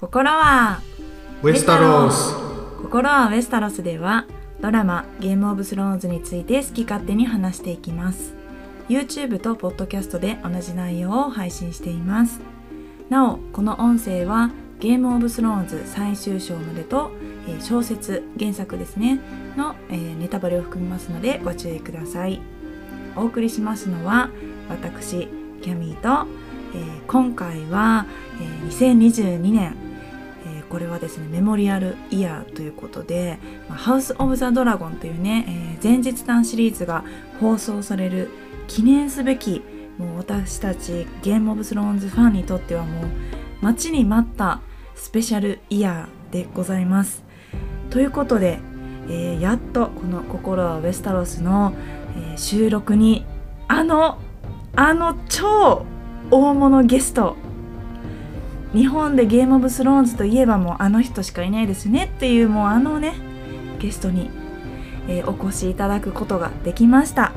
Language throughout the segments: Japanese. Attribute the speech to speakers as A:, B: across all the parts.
A: 心は
B: ウェスタロース
A: 心はウェスタロスではドラマゲームオブスローンズについて好き勝手に話していきます YouTube と Podcast で同じ内容を配信していますなおこの音声はゲームオブスローンズ最終章までと、えー小説原作ですねの、えーネタバレを含みますのでご注意くださいお送りしますのは私キャミーと、えー今回は、えー2022年、えーこれはですねメモリアルイヤーということで「まあハウス・オブ・ザ・ドラゴン」というね、えー前日談シリーズが放送される記念すべきもう私たちゲーム・オブ・スローンズファンにとってはもう待ちに待ったスペシャルイヤーでございます。ということで、えーやっとこの「心はウェスタロスの」えー収録にあのあの超大物ゲスト日本でゲームオブスローンズといえばもうあの人しかいないですねっていうもうあのねゲストに、えーお越しいただくことができました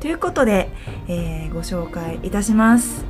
A: ということで、えーご紹介いたします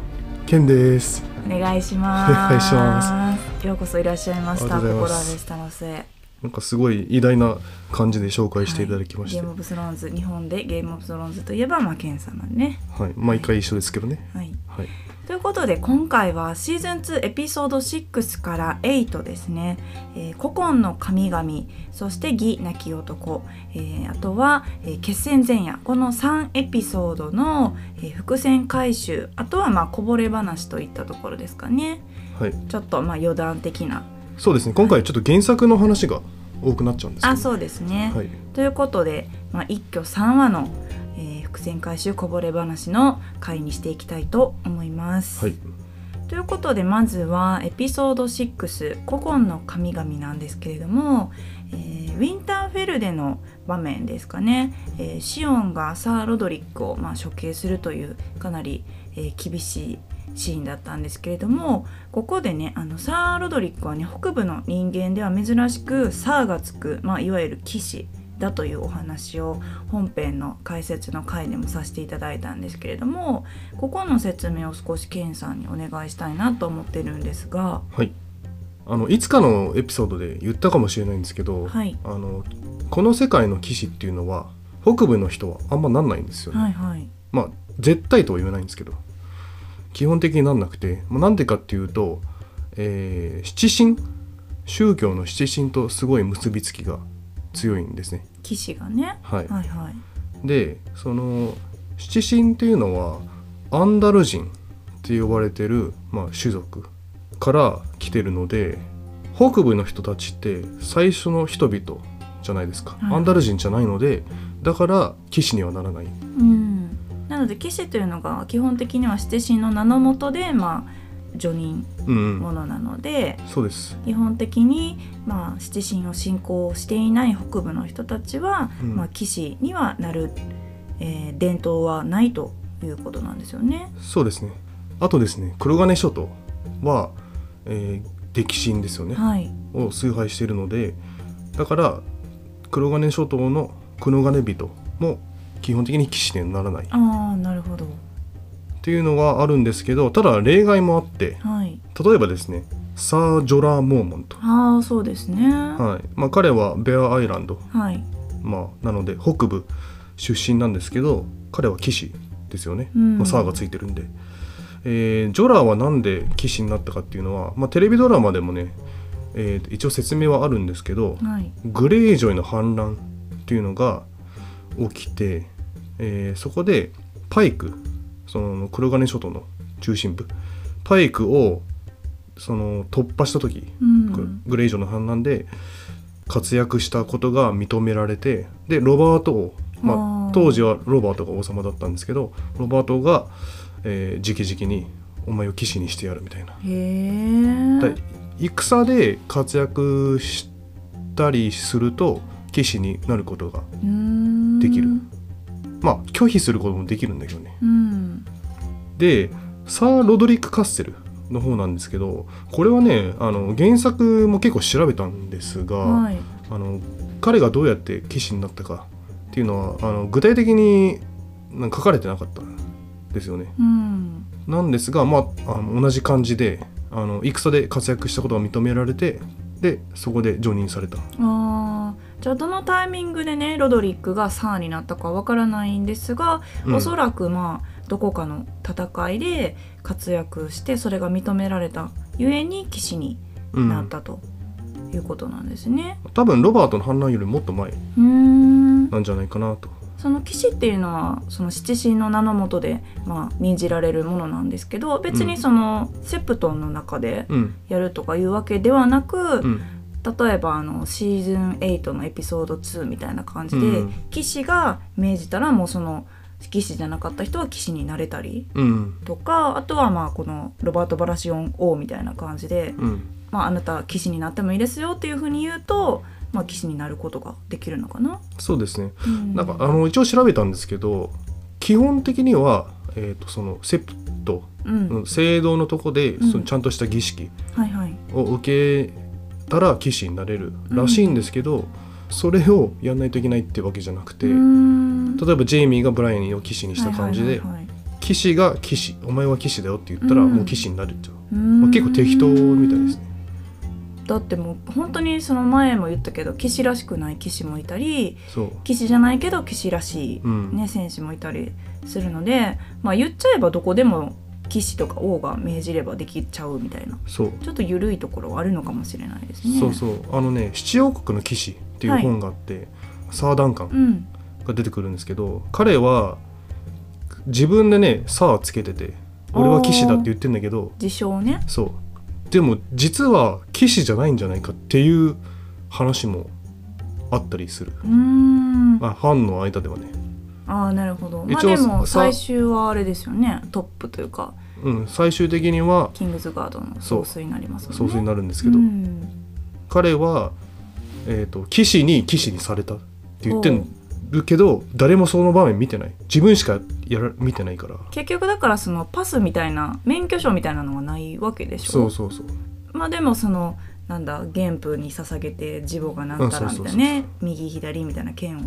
B: ケンです
A: お願いします
B: お願いします
A: ようこそいらっしゃいました
B: ありがとう
A: 心
B: ご
A: は
B: ざい
A: ベ
B: ます
A: スタのせ
B: なんかすごい偉大な感じで紹介していただきまして、
A: ゲームオブスローンズ日本でゲームオブスローンズといえばまあケン様ね
B: はい、毎回一緒ですけどね
A: はい
B: はい
A: ということで今回はシーズン2エピソード6から8ですね「えー古今の神々」そして「義なき男」えーあとは、えー決戦前夜」この3エピソードの、えー伏線回収あとはまあこぼれ話といったところですかね
B: はい
A: ちょっとまあ余談的な
B: そうですね今回ちょっと原作の話が多くなっちゃうんですけど
A: あそうですね、
B: はい
A: ということで、まあ、一挙3話の、えー伏線回収こぼれ話の回にしていきたいと思います。
B: はい
A: ということでまずはエピソード6「古今の神々」なんですけれども、えーウィンターフェルデの場面ですかね、えーシオンがサー・ロドリックを、まあ、処刑するというかなり、えー厳しいシーンだったんですけれどもここでねあのサー・ロドリックはね北部の人間では珍しく「サー」がつく、まあ、いわゆる騎士だというお話を本編の解説の回でもさせていただいたんですけれども、ここの説明を少しケンさんにお願いしたいなと思ってるんですが、
B: はいあのいつかのエピソードで言ったかもしれないんですけど、
A: はい
B: あのこの世界の騎士っていうのは北部の人はあんまなんないんですよね、
A: はいはい
B: まあ絶対とは言わないんですけど基本的になんなくてまあなんでかっていうと、えー七神宗教の七神とすごい結びつきが強いんですね。
A: 騎士がね、
B: はい
A: はいはい
B: でその七神っていうのはアンダル人って呼ばれてる、まあ、種族から来てるので北部の人たちって最初の人々じゃないですか、
A: はい
B: アンダル人じゃないのでだから騎士にはならない
A: うんなので騎士というのが基本的には七神の名のもとでまあ叙任
B: うん、う
A: も
B: ん、
A: のなので、
B: そうです
A: 基本的にまあ七神を信仰していない北部の人たちは、
B: うん
A: まあ騎士にはなる、えー伝統はないということなんですよね。
B: そうですねあとですね黒金諸島は、えー、歴神ですよね
A: はい
B: を崇拝しているのでだから黒金諸島の黒金人も基本的に騎士にはならない
A: ああなるほど
B: っていうのがあるんですけどただ例外もあって
A: はい
B: 例えばですねサー・ジョラー・モーモント、
A: ああそうですねは
B: はいまあ、彼はベアアイランド、
A: い
B: まあ、なので北部出身なんですけど彼は騎士ですよね、
A: うん
B: まあ、サーがついてるんで、えージョラーはなんで騎士になったかっていうのは、まあ、テレビドラマでもね、えー一応説明はあるんですけど、
A: はい
B: グレージョイの反乱っていうのが起きて、えーそこでパイクその黒金諸島の中心部パイクをその突破した時、
A: うん、
B: グレージョイの反乱で活躍したことが認められてでロバート王、ま
A: あー
B: あ、当時はロバートが王様だったんですけどロバートが、えー、直々に「お前を騎士にしてやる」みたいな。
A: へえ
B: だ戦で活躍したりすると騎士になることができるまあ拒否することもできるんだけどね
A: うん
B: でサー・ロドリック・カッセルの方なんですけどこれはねあの原作も結構調べたんですが、
A: はい
B: あの彼がどうやって騎士になったかっていうのはあの具体的になんか書かれてなかったんですよね
A: うん
B: なんですが、まあ、あの同じ感じであの戦で活躍したことが認められてでそこで除任された
A: あーじゃあどのタイミングでねロドリックがサーになったかわからないんですが、
B: うん
A: おそらくまあどこかの戦いで活躍してそれが認められたゆえに騎士に
B: うん
A: なったということなんですね。
B: 多分ロバートの反乱よりもっと前
A: うーん
B: なんじゃないかなと
A: その騎士っていうのはその七神の名のもとで、まあ、任じられるものなんですけど別にそのセプトンの中で
B: うん
A: やるとかいうわけではなく、
B: うん
A: 例えばあのシーズン8のエピソード2みたいな感じで、
B: うん
A: 騎士が命じたらもうその騎士じゃなかった人は騎士になれたり
B: うん
A: とかあとはまあこのロバート・バラシオン王みたいな感じで、
B: うん
A: まあ、あなた騎士になってもいいですよっていうふうに言うと、まあ、騎士になることができるのかな。
B: そうですね
A: うん
B: なんかあの一応調べたんですけど基本的には、えー、とそのセプト
A: うん
B: の聖堂のとこで、
A: うん
B: そのちゃんとした儀式
A: はいはい、
B: を受けたら騎士になれるらしいんですけど、それをやんないといけないってわけじゃなくて、
A: うーん
B: 例えばジェイミーがブライアンを騎士にした感じで、
A: はいはいはいはい
B: 騎士が騎士お前は騎士だよって言ったら
A: うん
B: もう騎士になるっていう、
A: うーん
B: まあ、結構適当みたいですね。
A: だってもう本当にその前も言ったけど騎士らしくない騎士もいたり
B: そう
A: 騎士じゃないけど騎士らしい、
B: うん
A: ね、選手もいたりするので、まあ、言っちゃえばどこでも騎士とか王が命じればできちゃうみたいな
B: そう
A: ちょっと緩いところはあるのかもしれないですね。
B: そうそうあのね「七王国の騎士」っていう本があって、サー・ダンカン
A: うん、
B: が出てくるんですけど彼は自分でね「サー」つけてて「俺は騎士だ」って言ってんだけど
A: 自称ね
B: そうでも実は騎士じゃないんじゃないかっていう話もあったりする、
A: うーん
B: まあ、ファンの間ではね、
A: ああなるほどまあ
B: 一応
A: でも
B: さ
A: 最終はあれですよねトップというか
B: うん、最終的には
A: キングズガードの総帥になりますもんね。
B: 総帥になるんですけど、
A: うん
B: 彼は、えー、と騎士に騎士にされたって言ってるけど誰もその場面見てない自分しかやら見てないから
A: 結局だからそのパスみたいな免許証みたいなのはないわけでしょ
B: そうそうそう
A: まあでもそのなんだ原譜に捧げて地母がなんたらみたいな
B: うんそうそうそう
A: ね右左みたいな剣を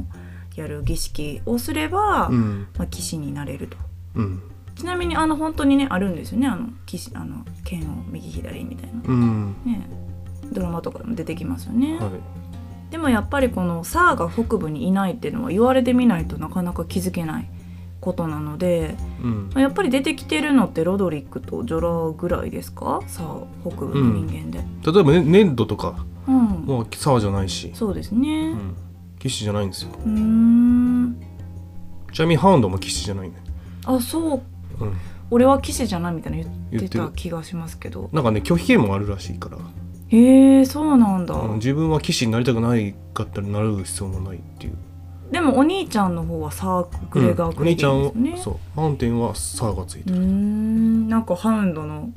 A: やる儀式をすれば、
B: うん
A: まあ、騎士になれると
B: うん
A: ちなみにあの本当にねあるんですよねあの騎士あの剣を右左みたいな
B: うん
A: ねドラマとかでも出てきますよね、
B: はい
A: でもやっぱりこのサーが北部にいないっていうのは言われてみないとなかなか気づけないことなので
B: うん
A: まあやっぱり出てきてるのってロドリックとジョラーぐらいですかサー北部の人間で、
B: 例えば、ね、ネッドとか
A: うん
B: もう沢じゃないし、
A: そうですね
B: うん、騎士じゃないんですよ
A: うーん
B: ちなみにハウンドも騎士じゃないね、
A: あそう
B: うん、
A: 俺は騎士じゃないみたいな言って
B: 言
A: た
B: って
A: 気がしますけど
B: なんかね拒否権もあるらしいから
A: へえそうなんだ、
B: うん自分は騎士になりたくないかったらなる必要もないっていう、
A: でもお兄ちゃんの方はサーグ
B: うん
A: レガー・
B: お
A: グレ
B: 兄
A: イ
B: ちゃん
A: で
B: を
A: すね
B: そうマウンテンはサーがついうて
A: ー
B: る、
A: んなんかハウンドの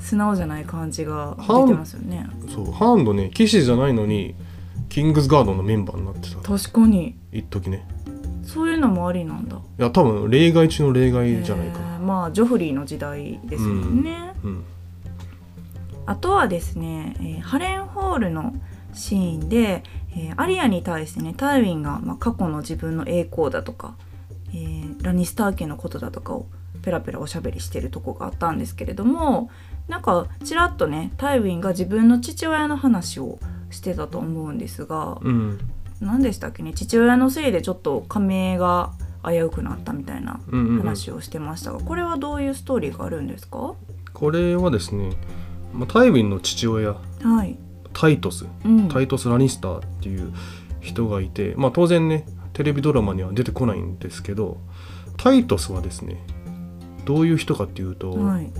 A: 素直じゃない感じが出てますよね
B: そうハウンドね騎士じゃないのにキングズガードのメンバーになってた
A: 確かに
B: 一時ね
A: そういうのもありなんだ
B: いや多分例外中の例外じゃないか
A: へ
B: な
A: ーまあジョフリーの時代ですもんね、
B: うん
A: あとはですね、えーハレンホールのシーンで、えーアリアに対してねタイウィンが、まあ、過去の自分の栄光だとか、えーラニスター家のことだとかをペラペラおしゃべりしてるとこがあったんですけれどもなんかちらっとねタイウィンが自分の父親の話をしてたと思うんですが
B: うん
A: 何でしたっけね父親のせいでちょっと仮名が危うくなったみたいな
B: うんうんうん
A: 話をしてましたが、これはどういうストーリーがあるんですか
B: これはですね、まあ、タイウィンの父親
A: はい、
B: タイトス
A: うん、
B: タイトス・ラニスターっていう人がいて、まあ、当然ねテレビドラマには出てこないんですけどタイトスはですねどういう人かっていうと、
A: はい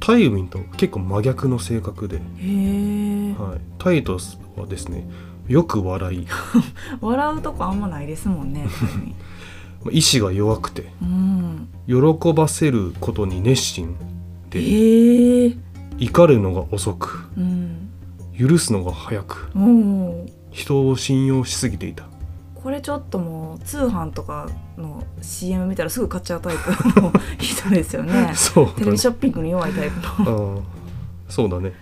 B: タイウィンと結構真逆の性格
A: へ
B: で、
A: え、
B: はい、タイトスはですねよく笑いま
A: 笑うとこあんまないですもん ね。
B: あ意志が弱くて
A: うん。
B: 喜ばせることに熱心
A: え
B: で
A: ー、
B: 怒るのが遅く
A: うん。
B: 許すのが早く
A: もう
B: 人を信用しすぎていた
A: これちょっともう通販とかの CM 見たらすぐ買っちゃうタイプ の人ですよね。
B: そう
A: テレビショッピングに弱いタイプの。
B: ああそうだね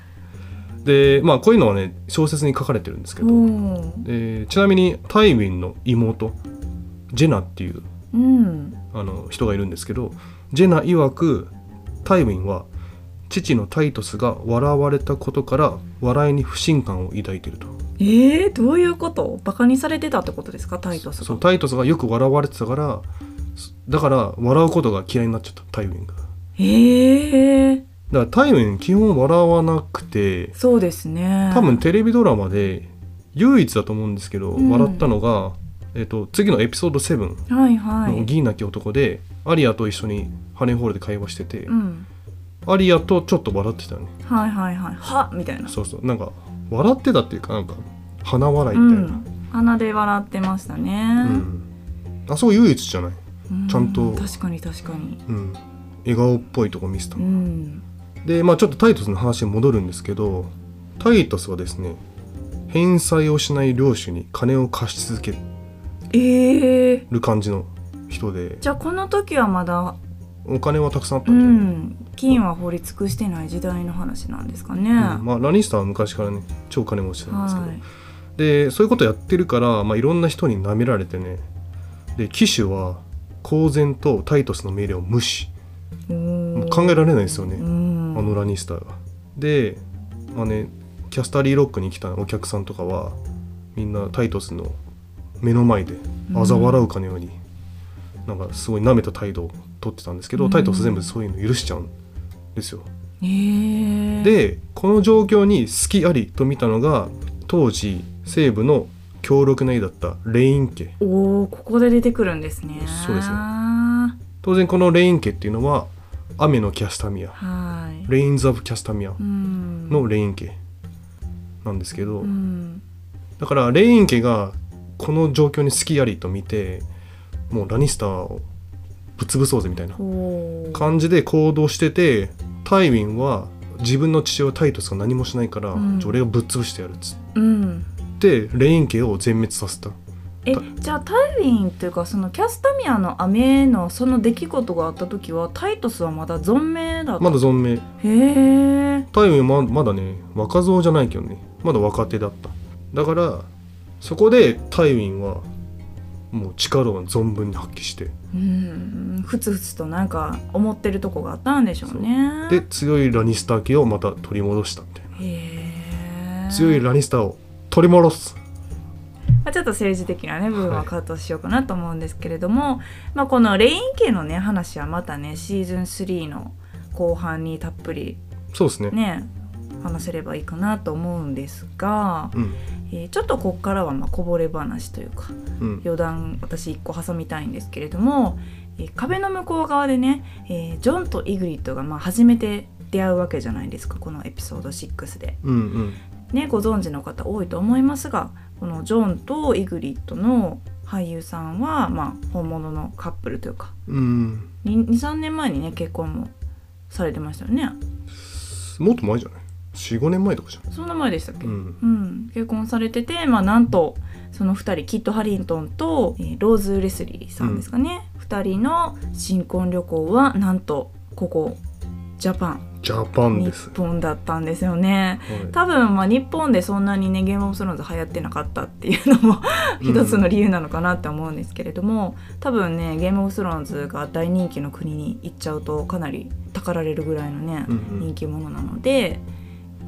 B: でまあこういうのはね小説に書かれてるんですけど、
A: うん。
B: えーちなみにタイウィンの妹ジェナっていう
A: うん。
B: あの人がいるんですけどジェナ曰くタイウィンは父のタイトスが笑われたことから笑いに不信感を抱いていると
A: えー、どういうことバカにされてたってことですかタイトス
B: そ
A: が
B: うタイトスがよく笑われてたからそだから笑うことが嫌いになっちゃったタイウィンがだか
A: えー、
B: らタイウィン基本笑わなくて
A: そうですね
B: 多分テレビドラマで唯一だと思うんですけど、
A: うん
B: 笑ったのが、えっと、次のエピソード7
A: はいは
B: の「
A: い
B: ギーなき男で」アリアと一緒にハネホールで会話してて、
A: うん
B: アリアとちょっと笑ってたね
A: はいはいはいはみたいな
B: そうそうなんか笑ってたっていうかなんか鼻笑いみたいな、
A: うん、鼻で笑ってましたね、
B: うんあそこ唯一じゃない、
A: う
B: ちゃんと
A: 確かに確かに
B: うん、笑顔っぽいとこ見せた
A: う
B: の、
A: ん
B: でまあちょっとタイトスの話に戻るんですけどタイトスはですね返済をしない領主に金を貸し続け
A: ええ
B: る感じの人で
A: じゃあこの時はまだ
B: お金はたくさんあった
A: うん
B: じゃない、
A: ん金は掘り尽くしてない時代の話なんですかね、
B: うんまあ、ラニスターは昔からね超金持ちなんですけど、
A: はい
B: でそういうことやってるから、まあ、いろんな人に舐められてねで騎手は公然とタイトスの命令を無視もう考えられないですよね、
A: うん
B: あのラニスターが。で、まあね、キャスタリーロックに来たお客さんとかはみんなタイトスの目の前で嘲笑うかのように、なんかすごい舐めた態度をとってたんですけど、
A: うん
B: タイトス全部そういうの許しちゃうんですよ。
A: ええ
B: でこの状況に隙ありと見たのが当時西部の強力な家だったレイン家
A: おおここで出てくるんですね
B: そうですね
A: は
B: 当然このレイン家っていうのは雨のキャスタミア
A: い
B: レイン・ザ・キャスタミア
A: うん
B: のレイン家なんですけど、
A: うん
B: だからレイン家がこの状況に隙ありと見てもうラニスターをぶっ潰そうぜみたいな
A: おー
B: 感じで行動しててタイウィンは自分の父親タイトスが何もしないから、
A: うん
B: じゃあ俺がぶっ潰してやるっつっ
A: うん
B: てレイン家を全滅させた
A: えじゃあタイウィンというかそのキャスタミアの雨のその出来事があった時はタイトスはまだ存命だった、
B: まだ存命
A: へえ
B: タイウィンはままだね若造じゃないけどねまだ若手だっただからそこでタイウィンはもう力を存分に発揮して
A: うんふつふつとなんか思ってるとこがあったんでしょうね
B: で強いラニスター家をまた取り戻したみたいな
A: へえ
B: 強いラニスターを取り戻す
A: まあ、ちょっと政治的なね部分はカットしようかなと思うんですけれども、まあ、このレイン家のね話はまたねシーズン3の後半にたっぷり
B: そうですね
A: ね話せればいいかなと思うんですが、
B: うん
A: えーちょっとここからはまあこぼれ話というか
B: うん
A: 余談私一個挟みたいんですけれども、えー壁の向こう側でね、えージョンとイグリッドがまあ初めて出会うわけじゃないですかこのエピソード6で。
B: うんうん
A: ね、ご存知の方多いと思いますがこのジョンとイグリッドの俳優さんは、まあ、本物のカップルというか
B: うん
A: 23年前にね結婚もされてましたよね
B: もっと前じゃない45年前とかじゃ
A: そんな前でしたっけ、
B: んうん
A: うん結婚されてて、まあ、なんとその2人キッド・ハリントンと、えーローズ・レスリーさんですかね、2人の新婚旅行はなんとここジャパン
B: ジャパン
A: 日
B: です、は
A: 本だったんですよね。
B: い
A: 多分まあ日本でそんなにね「ゲームオブスローンズ」流行ってなかったっていうの も
B: うん
A: 一つの理由なのかなって思うんですけれども、多分ね「ゲームオブスローンズ」が大人気の国に行っちゃうとかなりたかられるぐらいのね、
B: うんう
A: 人
B: ん
A: 気者なので、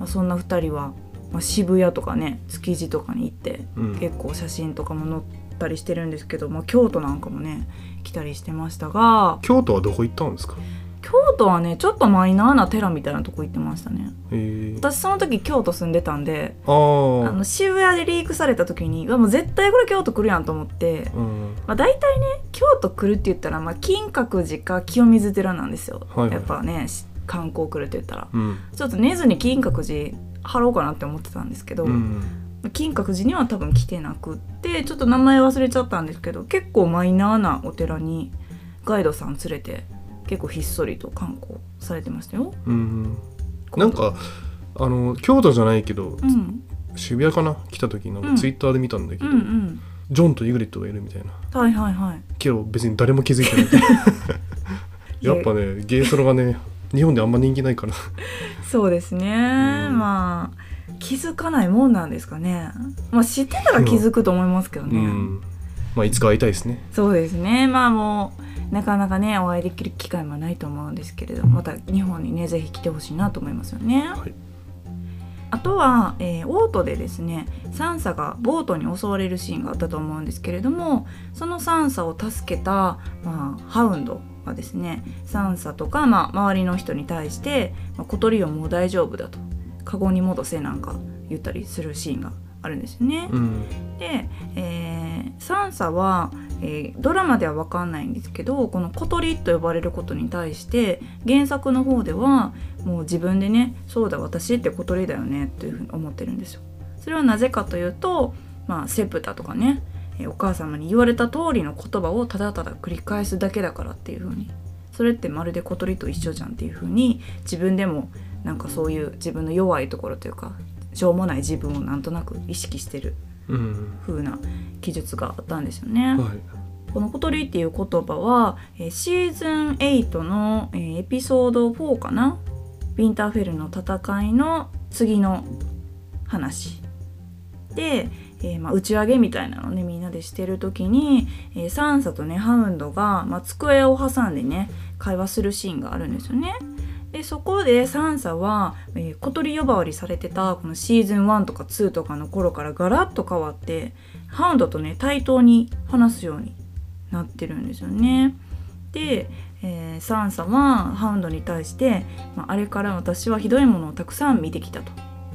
A: まあ、そんな2人は、まあ、渋谷とかね築地とかに行って
B: うん
A: 結構写真とかも載ったりしてるんですけど、まあ、京都なんかもね来たりしてましたが
B: 京都はどこ行ったんですか
A: 京都はねちょっとマイナーな寺みたいなとこ行ってましたね。
B: えー、
A: 私その時京都住んでたんで
B: あ
A: あ
B: ー
A: の渋谷でリークされた時にうわもう絶対これ京都来るやんと思って、
B: うん
A: まあ、大体ね京都来るって言ったら、まあ、金閣寺か清水寺なんですよ、
B: はいはい
A: やっぱねし観光来るって言ったら
B: うん
A: ちょっと寝ずに金閣寺貼ろうかなって思ってたんですけど、
B: うん
A: 金閣寺には多分来てなくってちょっと名前忘れちゃったんですけど結構マイナーなお寺にガイドさん連れて結構ひっそりと観光されてましたよ。
B: うんなんかあの京都じゃないけど、
A: うん、
B: 渋谷かな来た時な
A: う
B: んか
A: ん
B: ツイッターで見たんだけ
A: う
B: ど、
A: んうん
B: ジョンとイグリットがいるみたいな
A: はいはいはい
B: けど別に誰も気づいてない やっぱねゲイソロがね日本であんま人気ないから
A: そうですね、
B: ん
A: まあ気づかないもんなんですかねまあ知ってたら気づくと思いますけど
B: う
A: ね、
B: ん、まあ、いつか会いたいですね
A: そうですねまあもうなかなかねお会いできる機会もないと思うんですけれどまた日本にねぜひ来てほしいなと思いますよね。
B: はい
A: あとは、えーオートでですねサンサがボートに襲われるシーンがあったと思うんですけれどもそのサンサを助けた、まあ、ハウンドがですねサンサとか、まあ、周りの人に対して「まあ、小鳥よもう大丈夫だ」と「カゴに戻せ」なんか言ったりするシーンがあるんですよね。
B: うん
A: で、えーサンサは、えードラマでは分かんないんですけどこの小鳥と呼ばれることに対して原作の方ではもう自分でね「そうだ私って小鳥だよね」というふうに思ってるんですよ。それはなぜかというと、まあ、セプタとかねえーお母様に言われた通りの言葉をただただ繰り返すだけだからっていうふうにそれってまるで小鳥と一緒じゃんっていうふうに自分でもなんかそういう自分の弱いところというかしょうもない自分をなんとなく意識してる
B: うん
A: 風な記述があったんですよね。
B: はい
A: この「小鳥」っていう言葉は、えーシーズン8の、えーエピソード4かな「ウィンターフェルの戦い」の次の話で、えーまあ、打ち上げみたいなのをねみんなでしてる時に、えーサンサとねハウンドが、まあ、机を挟んでね会話するシーンがあるんですよね。でそこでサンサは、えー小鳥呼ばわりされてたこのシーズン1とか2とかの頃からガラッと変わってハウンドとね対等に話すようになってるんですよね。で、えーサンサはハウンドに対して、まあ、あれから私はひどいものをたくさん見てきたと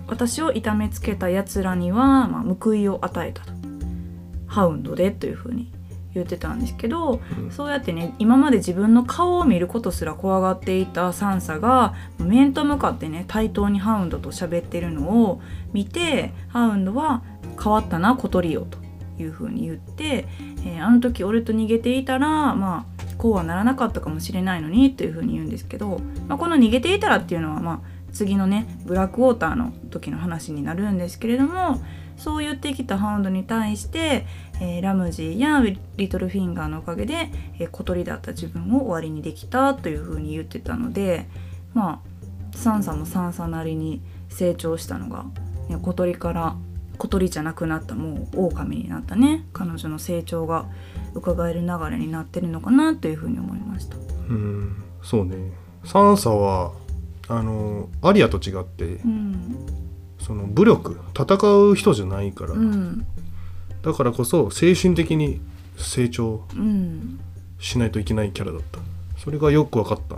A: 私を痛めつけたやつらには、まあ、報いを与えたとハウンドでというふうに言ってたんですけど、
B: うん
A: そうやってね今まで自分の顔を見ることすら怖がっていたサンサが面と向かってね対等にハウンドと喋ってるのを見てハウンドは「変わったな小鳥よ」というふうに言って、えーあの時俺と逃げていたらまあこうはならなかったかもしれないのにというふうに言うんですけど、まあ、この「逃げていたら」っていうのはまあ次のねブラックウォーターの時の話になるんですけれどもそう言ってきたハウンドに対して、えーラムジーやウィリトルフィンガーのおかげで、えー小鳥だった自分を終わりにできたというふうに言ってたのでまあサンサもサンサなりに成長したのが、ね、小鳥から小鳥じゃなくなったもう狼になったね彼女の成長が伺える流れになってるのかなというふうに思いました。
B: うんそうねサンサはあのアリアと違って
A: うん、
B: その武力戦う人じゃないから、
A: うん、
B: だからこそ精神的に成長
A: うん、
B: しないといけないキャラだったそれがよく分かった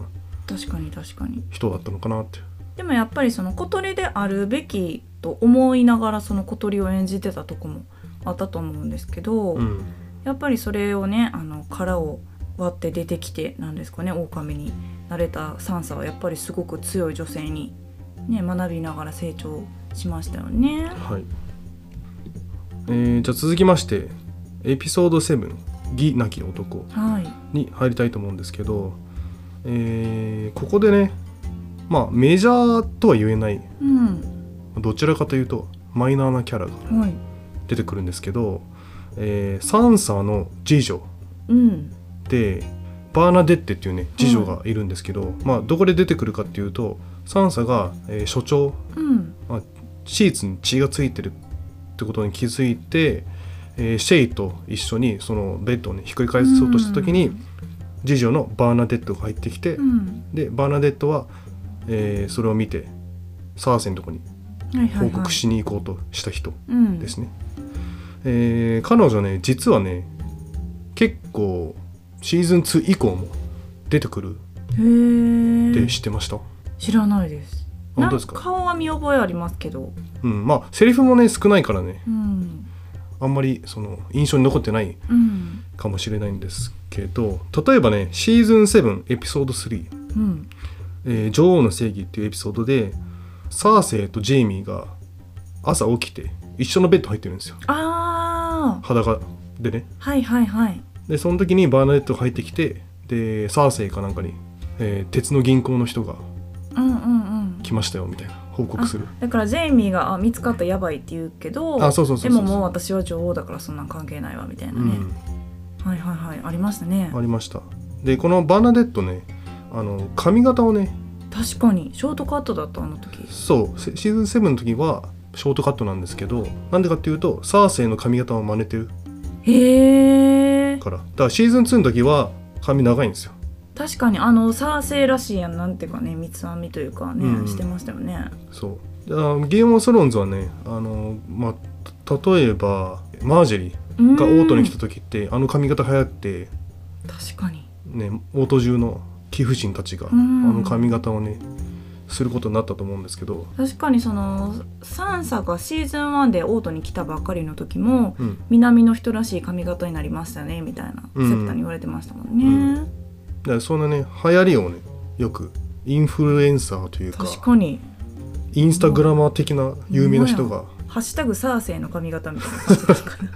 A: 確かに確かに。
B: 人だったのかなって
A: でもやっぱりその小鳥であるべきと思いながらその小鳥を演じてたとこもあったと思うんですけど、
B: うん
A: やっぱりそれをねあの殻を割って出てきてなんですかね狼になれたサンサはやっぱりすごく強い女性に、ね、学びながら成長しましたよね。
B: はい、えーじゃあ続きましてエピソード7「義なき男
A: はい、」
B: に入りたいと思うんですけど、えーここでねまあメジャーとは言えない
A: うん、
B: どちらかというとマイナーなキャラが
A: はい、
B: 出てくるんですけど、えーサンサの次女
A: うん、
B: でバーナデッテっていうね次女がいるんですけど、まあ、どこで出てくるかっていうとサンサが、えー所長
A: うん、
B: まあ、シーツに血がついてるってことに気づいて、えーシェイと一緒にそのベッドをねひっくり返そうとした時に、次女のバーナデットが入ってきて、
A: うん、
B: でバーナデットは、えーそれを見てサーセンのとこに
A: はいはい、はい、
B: 報告しに行こうとした人
A: うん
B: ですね。えー彼女ね実はね結構シーズン2以降も出てくるっ
A: へ
B: て
A: え、
B: 知ってました、
A: 知らないです。
B: 本当ですか
A: なん顔は見覚えありますけど、
B: うん、まあセリフもね少ないからね
A: うん、
B: あんまりその印象に残ってない
A: うん、
B: かもしれないんですけど例えばねシーズン7エピソード3
A: うん、
B: 「えー女王の正義」っていうエピソードでサーセイとジェイミーが朝起きて一緒のベッド入ってるんですよ
A: ああ、
B: 裸でね
A: はいはいはい、
B: でその時にバーナデットが入ってきてでサーセイかなんかに、えー鉄の銀行の人が
A: うんうんうん。
B: 来ましたよ」みたいな報告する
A: だからジェイミーがあ見つかったやばいって言うけど
B: あそうそうそうそう
A: でももう私は女王だからそんなん関係ないわみたいな
B: う
A: ね、
B: ん
A: はいはいはいありましたね
B: ありましたでこのバーナデットねあの髪型をね
A: 確かにショートカットだったあの時
B: そうシシーズン7の時はショートカットなんですけどなんでかっていうとサーセイの髪型を真似てる
A: へえ
B: からだからシーズン2の時は髪長いんですよ
A: 確かにあのサーセイらしいやんなんていうかね三つ編みというかね、
B: うん
A: してましたよね
B: そうだからゲームオブスローンズはねあの、まあ、た例えばマージェリーがオートに来た時ってあの髪型流行っ
A: う
B: て、
A: ん確かに
B: ね、オート中の貴婦人たちがあ
A: うん
B: の髪型をねすることになったと思うんですけど、
A: 確かにそのサンサがシーズン1でオートに来たばっかりの時も
B: うん、
A: 南の人らしい髪型になりましたねみたいな
B: うん
A: セプターに言われてましたもんね、
B: うだからそんなね流行りをねよくインフルエンサーというか
A: 確かに
B: インスタグラマー的な有名な人が
A: 「ハッシュタグサーセイの髪型」みたいな感じですかね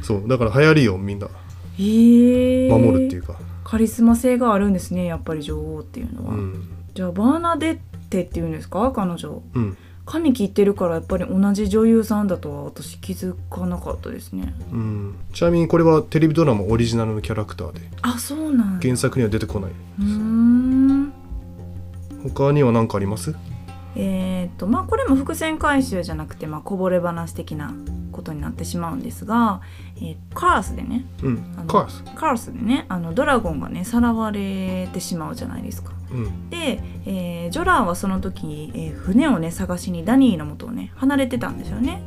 B: そうだから流行りをみんな
A: へえ
B: 守るっていうか、
A: カリスマ性があるんですねやっぱり女王っていうのは、
B: うん
A: じゃあバーナデッテっていうんですか彼女
B: うん
A: 髪切ってるからやっぱり同じ女優さんだとは私気づかなかったですね
B: うん、ちなみにこれはテレビドラマオリジナルのキャラクターで
A: あそうなんだ
B: 原作には出てこないう
A: ーん
B: 他には何かあります
A: えーとまあ、これも伏線回収じゃなくて、まあ、こぼれ話的なことになってしまうんですが、えーカースでね
B: うん
A: あの
B: カース
A: カースでねあのドラゴンがねさらわれてしまうじゃないですか。
B: うん
A: で、えージョラーはその時、えー船をね探しにダニーの元をね離れてたんですよね。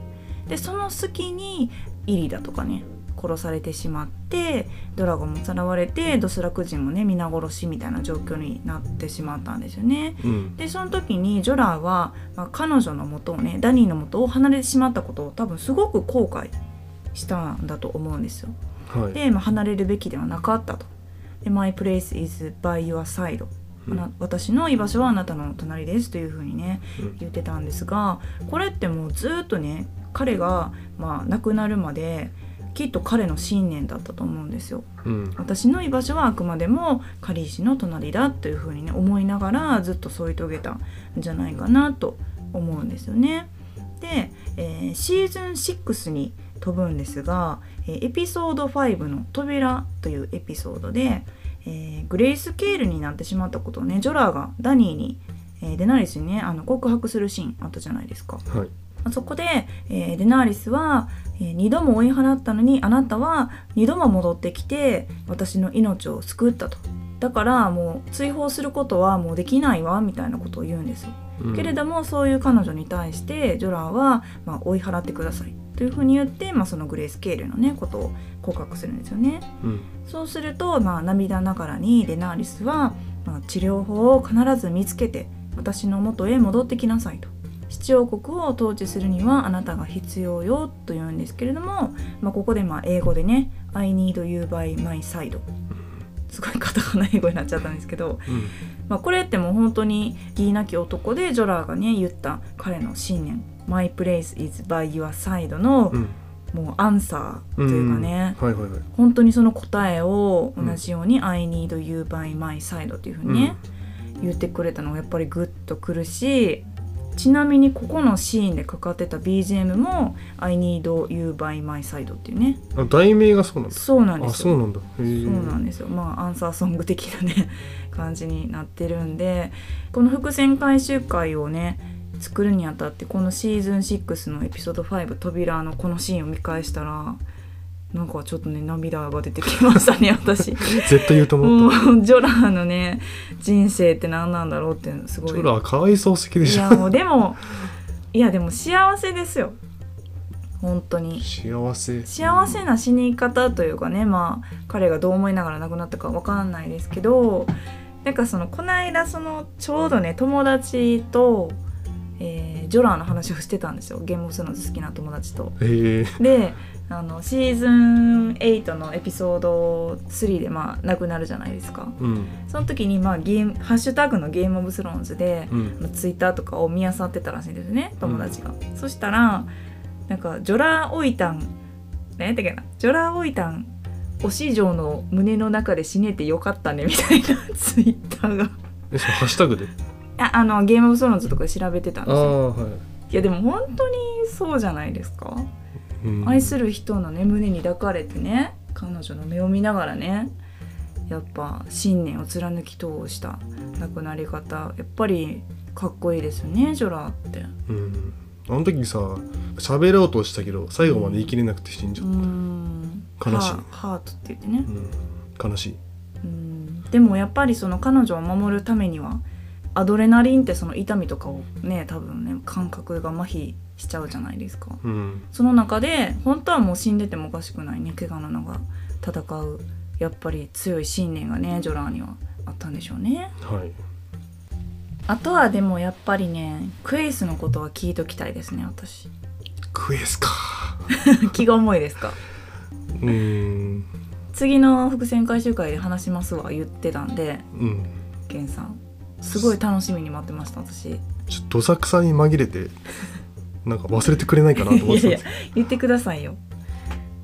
A: でその隙にイリだとかね殺されてしまってドラゴンもさらわれてドスラク人もね皆殺しみたいな状況になってしまったんですよね。
B: うん
A: でその時にジョラーは、まあ、彼女の元をねダニーの元を離れてしまったことを多分すごく後悔したんだと思うんですよ。
B: はい
A: で、まあ、離れるべきではなかったと。で「My place is by your side」
B: うん
A: あな私の居場所はあなたの隣ですというふうにね
B: うん
A: 言ってたんですがこれってもうずっとね彼が、まあ、亡くなるまできっと彼の信念だったと思うんですよ。
B: うん
A: 私の居場所はあくまでも狩石の隣だというふうにね思いながらずっと添い遂げたんじゃないかなと思うんですよね。で、えーシーズン6に飛ぶんですが、えーエピソード5の「扉」というエピソードで、えーグレイスケールになってしまったことをねジョラーがダニーに、えーデナリスにねあの告白するシーンあったじゃないですか。
B: はい
A: あそこで、えーデナーリスは、えー二度も追い払ったのにあなたは二度も戻ってきて私の命を救ったとだからもう追放することはもうできないわみたいなことを言うんですよ、
B: うん
A: けれどもそういう彼女に対してジョラーは、まあ、追い払ってくださいというふうに言って、まあ、そのグレースケールのねことを告白するんですよね
B: うん
A: そうすると、まあ、涙ながらにデナーリスは、まあ、治療法を必ず見つけて私の元へ戻ってきなさいと七王国を統治するにはあなたが必要よと言うんですけれども、まあ、ここでまあ英語でね「I need you by my side」すごいカタカナ英語になっちゃったんですけど、
B: うん
A: まあ、これってもう本当に義なき男でジョラーがね言った彼の信念「My place is by your side の」
B: うん
A: もうアンサーというかね、
B: うんはいはいはい
A: 本当にその答えを同じように「I need you by my side」っていうふうにね、言ってくれたのがやっぱりグッとくるしちなみにここのシーンでかかってた BGM も「I need you by my side」っていうね
B: うんあ題名がそうなんだ
A: そうなんで
B: あ
A: す
B: そ
A: よ。
B: うなんだへえ
A: そうなんですよまあアンサーソング的なね 感じになってるんでこの伏線回収会をね作るにあたってこのシーズン6のエピソード5「扉」のこのシーンを見返したらなんかちょっとね涙が出てきましたね私
B: 絶対言うと思
A: も
B: っ
A: うジョラーのね人生って何なんだろうって いうのす
B: た
A: ごい
B: それは可愛そうすぎで
A: い
B: し
A: や
B: ょ
A: もうでもいやでも幸せですよ本当に
B: 幸せ
A: 幸せな死に方というかねまあ彼がどう思いながら亡くなったかわかんないですけどなんかそのこの間そのちょうどね友達と、えージョラーの話をしてたんですよゲームオブスローンズ好きな友達と。
B: へえ
A: であのシーズン8のエピソード3でまあ亡くなるじゃないですか。
B: うん
A: その時にまあゲームハッシュタグのゲームオブスローンズで
B: うん
A: ツイッターとかを見漁ってたらしいんですね友達が、そしたらなんかジョラオイタン何やったっけなジョラオイタンお師匠の胸の中で死ねてよかったねみたい なツイッターが
B: えそのハッシュタグで
A: ああのゲームオブスローンズとかで調べてたん
B: あ
A: ですよ
B: あはい
A: いやでも本当にそうじゃないですか、
B: うん
A: 愛する人のね胸に抱かれてね彼女の目を見ながらねやっぱ信念を貫き通した亡くなり方やっぱりかっこいいですよねジョラーって。
B: うんあの時さ喋ろうとしたけど最後まで言い切れなくて死んじゃ
A: う
B: っ
A: ん
B: た悲しい
A: ハーハートって言ってね、
B: うん、悲しい
A: うん、でもやっぱりその彼女を守るためにはアドレナリンってその痛みとかをね多分ね感覚が麻痺しちゃうじゃないですか
B: うん
A: その中で本当はもう死んでてもおかしくないね怪我なのが戦うやっぱり強い信念がねジョラーにはあったんでしょうね
B: はい
A: あとはでもやっぱりねクエイスのことは聞いときたいですね私
B: クエスか
A: 気が重いですか
B: うん
A: 次の伏線回収会で話しますわ言ってたんで
B: うん
A: ゲンさんすごい楽しみに待ってました私
B: ちょっとどさくさに紛れてなんか忘れてくれないかなと思ってたんですけど
A: 言ってくださいよ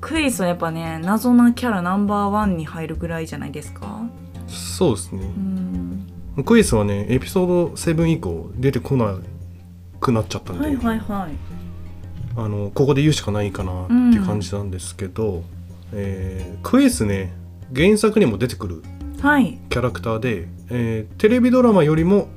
A: クエイスはやっぱね謎なキャラナンバーワンに入るぐらいじゃないですか
B: そうですね
A: うん
B: クエスはねエピソード7以降出てこなくなっちゃったんで、
A: はいはいはい
B: あのここで言うしかないかなっていう感じなんですけど、えークエスね原作にも出てくる
A: はい
B: キャラクターで、えーテレビドラマよりも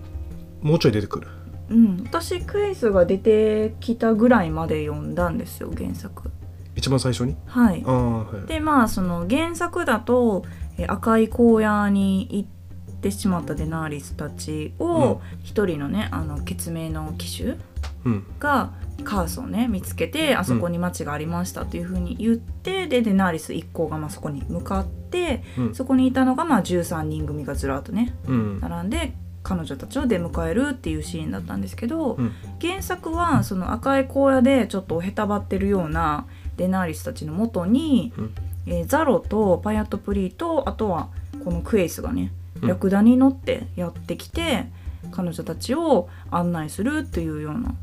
B: もうちょい出てくる
A: うん、私クエイスが出てきたぐらいまで読んだんですよ原作
B: 一番最初に
A: はい
B: ああはい
A: でまあその原作だとえー赤い荒野に行ってしまったデナーリスたちを一人のねあの血明の騎手
B: うん
A: がカースをね見つけてあそこに町がありましたというふうに言って、でデナーリス一行がまあそこに向かって
B: うん
A: そこにいたのがまあ13人組がずらっとね
B: うん
A: 並んで彼女たちを出迎えるっていうシーンだったんですけど、
B: うん
A: 原作はその赤い荒野でちょっとへたばってるようなデナーリスたちのもとに、
B: うん
A: えーザロとパヤットプリーとあとはこのクエイスがね
B: うん
A: ラクダに乗ってやってきて、彼女たちを案内するというような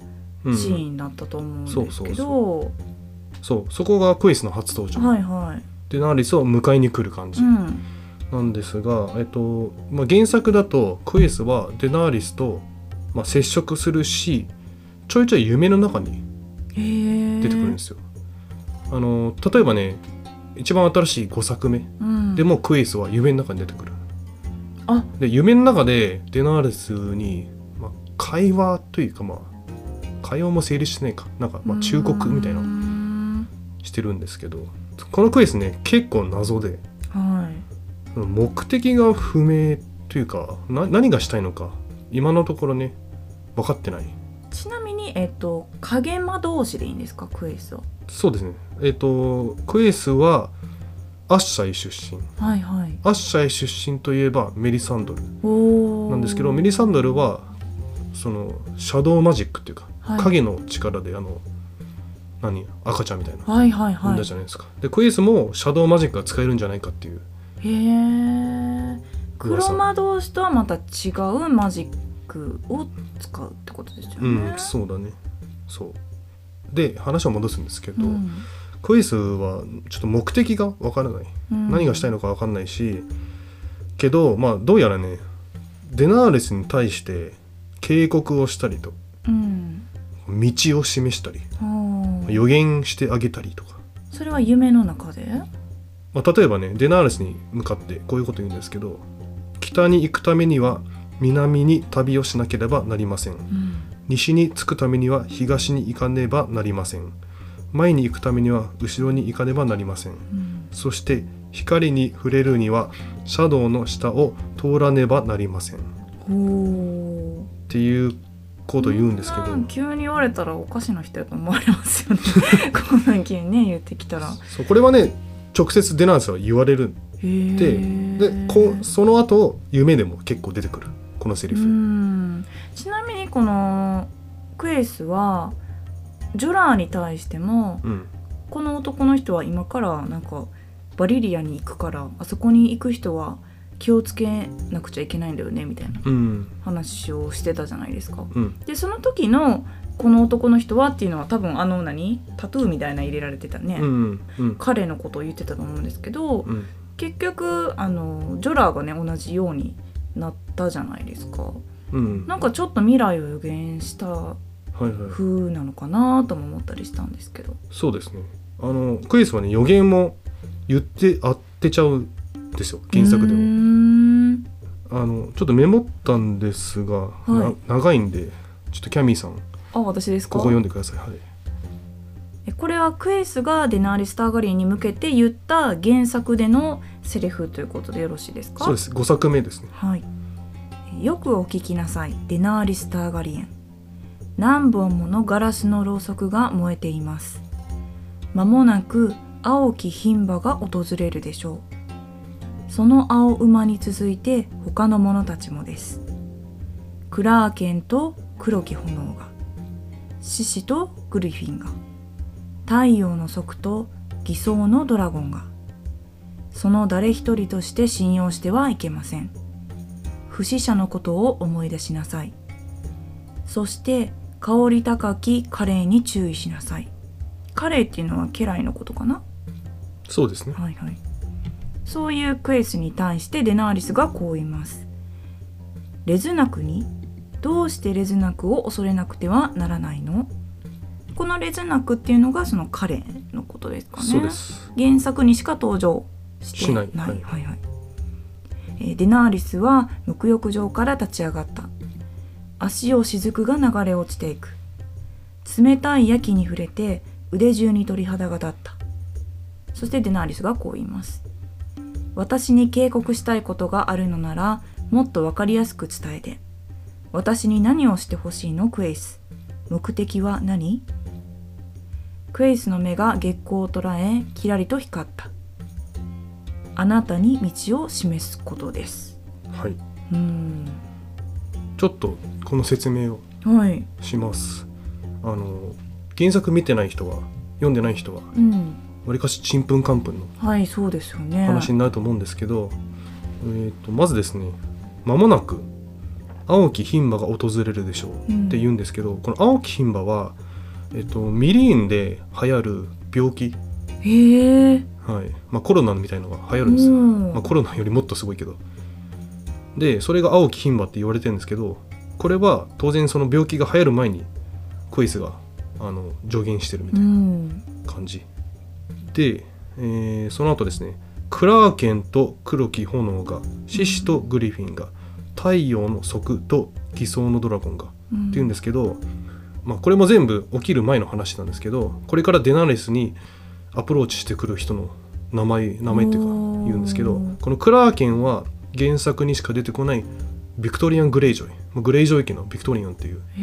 B: うん
A: シーンだったと思うんですけど、
B: そうそこがクエスの初登場、
A: はいはい、
B: でナーリスを迎えに来る感じ
A: うん、
B: なんですが、えっとまあ、原作だとクエスはデナーリスと、まあ、接触するしちょいちょい夢の中に
A: へえ
B: 出てくるんですよ。あの例えばね一番新しい5作目
A: うん、
B: でもクエスは夢の中に出てくる。
A: あ
B: で夢の中でデナーリスに、まあ、会話というかまあ会話も成立してないかなんか、まあ、忠告みたいな
A: うー
B: の
A: ん
B: してるんですけどこのクエスね結構謎で。
A: はい
B: 目的が不明というかな何がしたいのか今のところね分かってない
A: ちなみにえっ、と影魔同士でいいんですかクエイスは
B: そうですねえっ、とクエスはアッシャイ出身
A: はいはい
B: アッシャイ出身といえばメリサンドル
A: おー
B: なんですけどメリサンドルはそのシャドウマジックっていうか、
A: はい
B: 影の力であの何赤ちゃんみたいな
A: はいはい
B: 産ん
A: は
B: だじゃないですか、でクエスもシャドウマジックが使えるんじゃないかっていう
A: いへえ黒魔同士とはまた違うマジックを使うってことですよね
B: うんそうだねそうで話を戻すんですけど、
A: うん
B: クイズはちょっと目的がわからない、
A: うん
B: 何がしたいのかわかんないしけどまあどうやらねデナーレスに対して警告をしたりと
A: うん
B: 道を示したり
A: はあ
B: 予言してあげたりとか、
A: それは夢の中で
B: まあ、例えばねデナーレスに向かってこういうこと言うんですけど北に行くためには南に旅をしなければなりません
A: うん
B: 西に着くためには東に行かねばなりません前に行くためには後ろに行かねばなりません
A: うん
B: そして光に触れるにはシャドウの下を通らねばなりませんっ
A: ほう
B: ていうことを言うんですけど
A: こんなん急に言われたらおかしな人やと思われます よねこんなん急にね言ってきたら
B: そうこれはね直接デナースは言われる
A: へえ
B: ででこその後夢でも結構出てくるこのセリ
A: う
B: フ
A: んちなみにこのクエイスはジョラーに対しても
B: うん
A: この男の人は今からなんかバリリアに行くからあそこに行く人は気をつけなくちゃいけないんだよねみたいな
B: うん
A: 話をしてたじゃないですか。
B: うん
A: でその時のこの男の人はっていうのは多分あの何タトゥーみたいな入れられてたね、
B: うんうん
A: 彼のことを言ってたと思うんですけど
B: うん
A: 結局あのジョラーがね同じようになったじゃないですか。
B: うん
A: なんかちょっと未来を予言した
B: はいはい
A: 風なのかなとも思ったりしたんですけど
B: そうですねあのクイズはね予言も言って当てちゃうんですよ原作で
A: うー
B: も
A: ん
B: あのちょっとメモったんですが、
A: い
B: な長いんでちょっとキャミーさん
A: あ私ですか
B: ここ読んでください。はい。
A: えこれはクエイスがデナーリス・ターガリンに向けて言った原作でのセリフということでよろしいですか
B: そうです5作目ですね
A: はい、えよくお聞きなさいデナーリス・ターガリエン何本ものガラスのろうそくが燃えていますまもなく青き牝馬が訪れるでしょうその青馬に続いて他の者たちもですクラーケンと黒き炎が獅子とグリフィンが太陽の側と偽装のドラゴンがその誰一人として信用してはいけません不死者のことを思い出しなさいそして香り高きカレーに注意しなさいカレーっていうのは家来のことかな
B: そうですね
A: はいはいそういうクエスに対してデナーリスがこう言いますレズナクにどうしてレズナクを恐れなくてはならないのこのレズナクっていうのがそのカレーのことですかね
B: そうです
A: 原作にしか登場して
B: しない
A: は
B: はいい
A: はいはいえーデナーリスは沐浴場から立ち上がった足を雫が流れ落ちていく冷たい焼きに触れて腕中に鳥肌が立ったそしてデナーリスがこう言います私に警告したいことがあるのならもっとわかりやすく伝えて私に何をしてほしいのクエイス目的は何クエイスの目が月光を捉えキラリと光ったあなたに道を示すことです
B: はい、
A: うーん
B: ちょっとこの説明を
A: はい
B: しますあの原作見てない人は読んでない人は
A: うん
B: わりかしちんぷんかんぷんの
A: はいそうですよね
B: 話になると思うんですけど、えー、とまずですね間もなく青き牝馬が訪れるでしょう
A: うん
B: って言うんですけど、この青き牝馬は、えー、とミリーンで流行る病気、
A: へえ
B: はいまあ、コロナみたいのが流行るんですよ、
A: うん
B: まあ、コロナよりもっとすごいけどでそれが青き牝馬って言われてるんですけどこれは当然その病気が流行る前にクイズがあの助言してるみたいな
A: うん
B: 感じで、えーその後ですねクラーケンと黒き炎が獅子とグリフィンが太陽の側と偽装のドラゴンがって
A: うん
B: いうんですけど、まあ、これも全部起きる前の話なんですけどこれからデナレスにアプローチしてくる人の名前名前っていうか
A: おー
B: 言うんですけどこのクラーケンは原作にしか出てこないビクトリアン・グレイジョイまあグレイジョイ家のビクトリアンっていう
A: へえ
B: え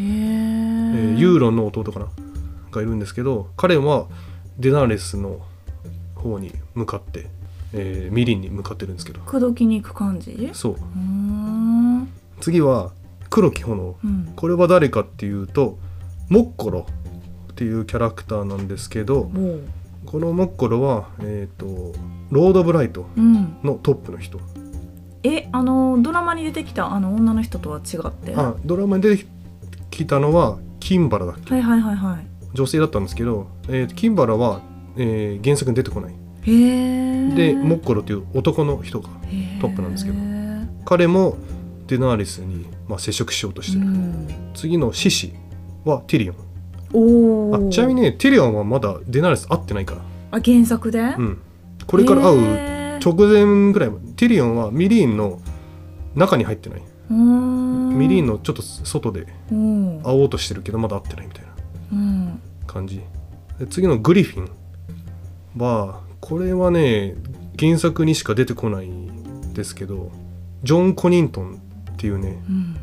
B: ーユーロンの弟かながいるんですけど彼はデナーレスの方に向かって、えーミリンに向かってるんですけど
A: 口説きに行く感じう
B: そう
A: ーん
B: 次は黒き炎
A: うん
B: これは誰かっていうとモッコロっていうキャラクターなんですけど
A: もう
B: このモッコロは、えー、とロード・ブライト
A: うん
B: のトップの人
A: えあのドラマに出てきたあの女の人とは違って
B: あドラマに出てきたのはキンバラだっけ
A: はいはいはいは
B: 女性だったんですけど、えーキンバラは、えー原作に出てこない
A: いへえ
B: でモッコロという男の人がトップなんですけど彼もデナーリスに、まあ、接触しようとしてる、
A: うん、
B: 次の獅子はティリオン
A: おお
B: あちなみにねティリオンはまだデナーリス会ってないか
A: あ原作で、
B: ら、うん、これから会う
A: へー
B: 直前ぐらいまでティリオンはミリーンの中に入ってない、
A: うーん
B: ミリーンのちょっと外で
A: うん
B: 会おうとしてるけどまだ会ってないみたいな
A: うん
B: 感じで次のグリフィンはこれはね原作にしか出てこないんですけどジョン・コニントンっていうね
A: うん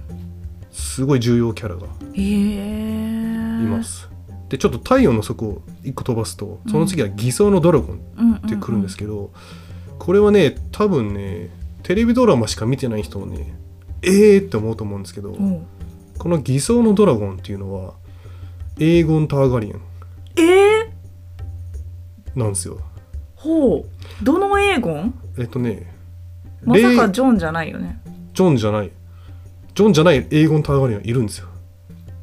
B: すごい重要キャラが
A: へえ
B: います。でちょっと太陽の底を1個飛ばすとその次は偽装のドラゴンってくるんです
A: け
B: けど、これはね多分ねテレビドラマしか見てない人もねええー、って思うと思うんですけど、この偽装のドラゴンっていうのはエーゴン・ターガリエン
A: えー、
B: なんですよ。
A: ほうどのエーゴン
B: えっとね
A: まさ
B: レ
A: か
B: イ
A: ジョンじゃないよね
B: ジョンじゃないジョンじゃないエーゴン・ターガリエンいるんですよ。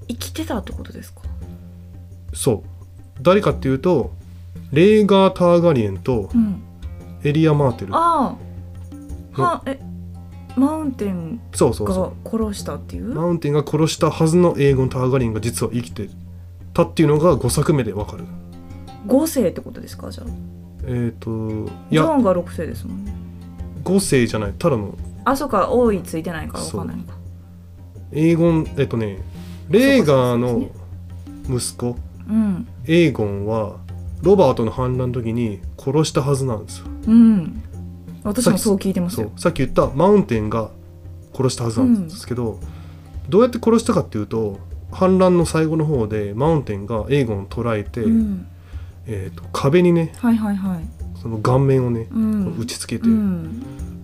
A: 生きてたってことですか
B: そう誰かっていうとレーガー・ターガリエンと
A: うん
B: エリア・マーテル
A: ああ
B: の
A: はえマウンテン
B: そうそうそう
A: が殺したっていう
B: マウンテンが殺したはずのエーゴン・ターガリンが実は生きてたっていうのが5作目でわかる。
A: 五世ってことですかじゃあ
B: えっ、とい
A: ジョ
B: や
A: ンが六世ですもんね
B: 5世じゃないただの
A: あそうか王位ついてないからわかんないのか
B: エーゴンえっ、とねレーガー
A: そう
B: の
A: か
B: 息子
A: うん
B: エーゴンはロバートの反乱の時に殺したはずなんですよ
A: うん私もそう聞いてます
B: そう
A: よ
B: さっき言ったマウンテンが殺したはずなんですけど、どうやって殺したかっていうと反乱の最後の方でマウンテンがエーゴンを捕らえて、
A: うん、
B: えーと壁にね
A: はいはいはい
B: その顔面をね、
A: うん
B: 打ちつけて、
A: うん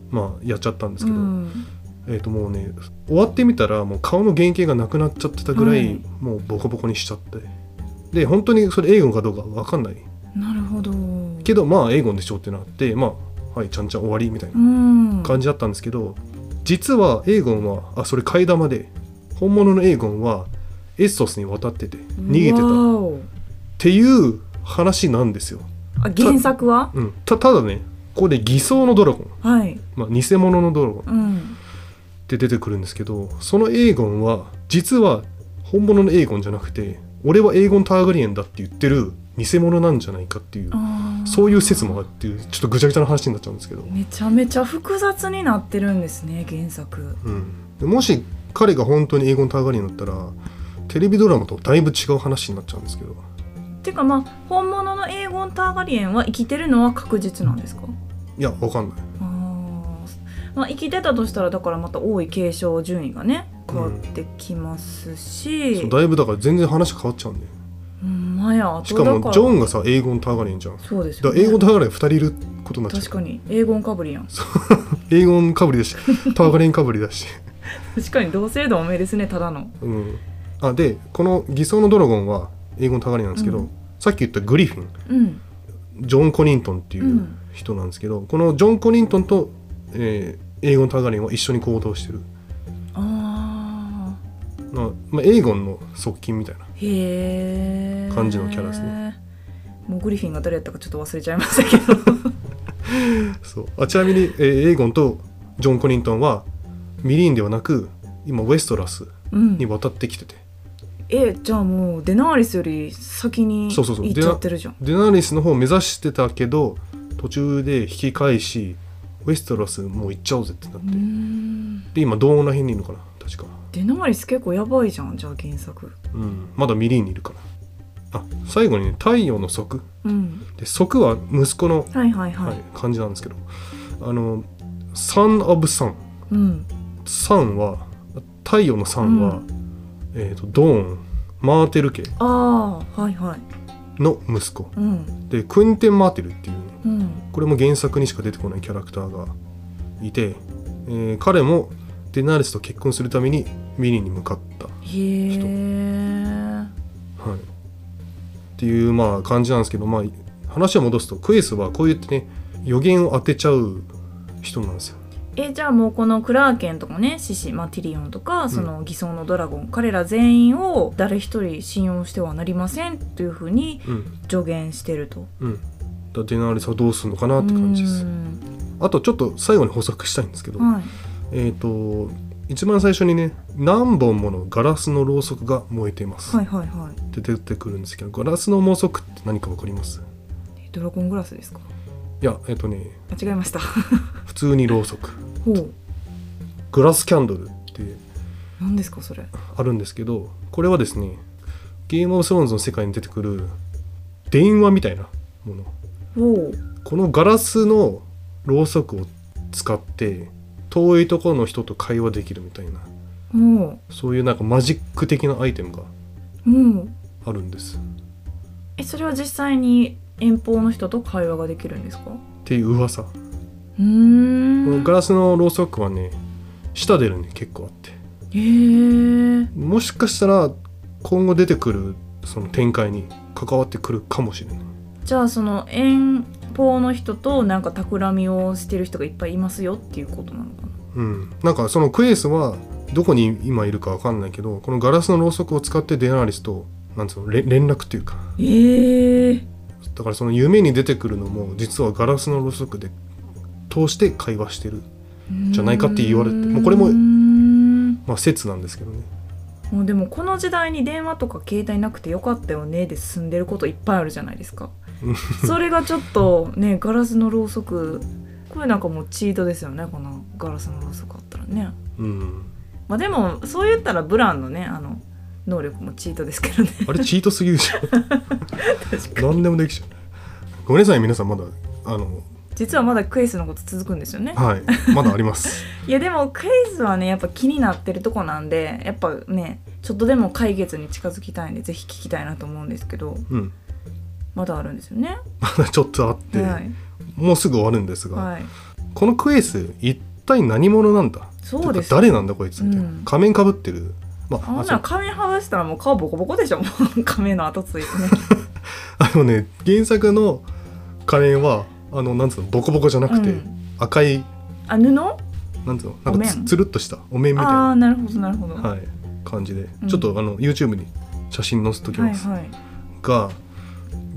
B: まあやっちゃったんです
A: う
B: けど、
A: ん
B: えーともうね終わってみたらもう顔の原型がなくなっちゃってたぐら
A: は
B: い、
A: い
B: もうボコボコにしちゃってで本当にそれエーゴンかどうか分かんない
A: なるほど
B: けどまあエーゴンでしょってなってまあはいちゃんちゃん終わりみたいな
A: うん
B: 感じだったんですけど実はエーゴンはあそれ替え玉で本物のエーゴンはエストスに渡ってて逃げて
A: わ
B: たっ
A: ーお
B: ていう話なんですよ、
A: あ原作は
B: うん、たただねここで偽装のドラゴン、
A: はい
B: まあ、偽物のドラゴン
A: うん
B: って出てくるんですけどそのエーゴンは実は本物のエーゴンじゃなくて俺はエーゴン・ターガリエンだって言ってる偽物なんじゃないかっていう
A: あー
B: そういう説もあるっていうちょっとぐちゃぐちゃな話になっちゃうんですけど、
A: めちゃめちゃ複雑になってるんですね原作
B: うん、でもし彼が本当にエーゴン・ターガリエンだったらテレビドラマとだいぶ違う話になっちゃうんですけど
A: ていうかまあ本物のエーゴン・ターガリエンは生きてるのは確実なんですか
B: いやわかんない
A: あーまあ、生きてたとしたらだからまた王位継承順位がね変わってきますし、
B: そううだいぶだから全然話変わっちゃうんで
A: んまやあ
B: し
A: と
B: か
A: だ
B: もジョ
A: ン
B: ンがさエーゴン・ターガリエンじゃんだか
A: そうです
B: ら
A: よ、
B: エ
A: ね、
B: ーゴン・ターガリエン2人いることになっち
A: 確
B: ゃう
A: かに英語かぶりやん
B: エーゴンかぶりだしターガリエンかぶりだし
A: 確かに同姓同名ですねただの
B: うん、あでこの偽装のドラゴンは英語の高りなんですけど、
A: うん
B: さっき言ったグリフィン
A: うん
B: ジョン・コニントンっていうんう人なんですけど、このジョン・コニントンと、えー、エーゴン・ターガリンは一緒に行動してる、
A: ああ
B: まあまあ、エーゴンの側近みたいな
A: へえ
B: 感じのキャラですね
A: もうグリフィンが誰やったかちょっと忘れちゃいましたけど
B: そうあちなみに、えーエーゴンとジョン・コニントンはミリーンではなく今ウェストラス
A: うん
B: に渡ってきてて、
A: えじゃあもうデナーリスより先に
B: そうそうそう
A: 行っちゃってるじゃん
B: デナーリスの方を目指してたけど途中で引き返しウェストラスもう行っちゃおうぜってなって、
A: うーん
B: で今どんな辺にいるのかな確か。
A: デナーリス結構やばいじゃんじゃあ原作
B: うん、まだミリーにいるからあ最後にね「太陽の側
A: うん」
B: で側は息子の、
A: はいはいはい、
B: はい感じなんですけどあの「Son of Sun」
A: うん
B: 「Sun」は「太陽の Sun は」
A: う
B: えーとドーンマーテル家
A: ああはいはい
B: の息子
A: うん
B: でクインテン・マーテルっていう、ね、
A: うん
B: これも原作にしか出てこないキャラクターがいて、えー彼もデナーレスと結婚するためにミリーに向かった、
A: へえ
B: はい、っていうまあ感じなんですけど、まあ、話を戻すとクエスはこう言ってね予言を当てちゃう人なんですよ。
A: えじゃあもうこのクラーケンとかね獅子、まあ、ティリオンとかその偽装のドラゴン、彼ら全員を誰一人信用してはなりませんというふうに
B: うん
A: 助言してると
B: うん、だからデナーレスはどうするのかなって感じです
A: う。ん
B: あとちょっと最後に補足したいんですけど、
A: はい
B: えっ、と一番最初にね何本ものガラスのろうそくが燃えています、
A: はいはいはい
B: って出てくるんですけどガラスのろうそくって何かわかります
A: えドラゴングラスですか
B: いやえっ、とね
A: あ違いました
B: 普通にろうそく
A: ほう
B: グラスキャンドルって
A: 何ですかそれ
B: あるんですけどこれはですねゲームオブスローンズの世界に出てくる電話みたいなもの
A: ほう
B: このガラスのろうそくを使って遠いところの人と会話できるみたいな
A: ほう
B: そういうなんかマジック的なアイテムが
A: ほう
B: あるんですっ
A: えそれは実際に遠方の人と会話ができるんですか
B: ていう噂こ
A: うーん
B: のガラスのろうそくはね舌出るね結構あって
A: へえ
B: もしかしたら今後出てくるその展開に関わってくるかもしれない
A: じゃあその遠方の人となんか企みをしてる人がいっぱいいますよっていうことなのかな
B: うん、なんかそのクエスはどこに今いるかわかんないけどこのガラスのろうそくを使ってデナーリスとなんつうのれ連絡っていうか
A: ええ
B: だからその夢に出てくるのも実はガラスのろうそくで通して会話してる、じゃないかって言われてもうこれも
A: も
B: まあ、説なんですけどね
A: うでもこの時代に電話とか携帯なくてよかったよねで進んでることいっぱいあるじゃないです か
B: うん
A: それがちょっとねガラスのろうそくこれなんかもうチートですよねこのガラスのろうそくあったらね
B: うん
A: まあでもそう言ったらブランのねあの能力もチートですけどね
B: あれチートすぎるでしょ
A: 確かに
B: 何でもできちゃうごめんなさい皆さんまだあの
A: 実はまだクイズのこと続くんですよね
B: はいまだあります
A: いやでもクイズはねやっぱ気になってるとこなんでやっぱねちょっとでも解決に近づきたいんでぜひ聞きたいなと思うんですけど
B: うん
A: まだあるんですよね
B: まだちょっとあって、
A: はい
B: もうすぐ終わるんですが、
A: はい
B: このクエス一体何者なんだ
A: そうです
B: てか誰なんだこいつみたいな、
A: うん
B: 仮面かぶってるま
A: あん
B: ああ
A: な
B: そ
A: の
B: う
A: 仮面剥がしたらもう顔ボコボコでしょも う亀の後ついてね
B: あのね原作の仮面はあのなんつうのボコボコじゃなくて、
A: うん
B: 赤い
A: あ布
B: なんつうのなん
A: お
B: かつ
A: 面
B: つるっとしたお面みたい
A: あ
B: な
A: あ、なるほどなるほど、は
B: はい、感じで、
A: うん
B: ちょっとあの YouTube に写真載せとき
A: い、はい
B: ます、が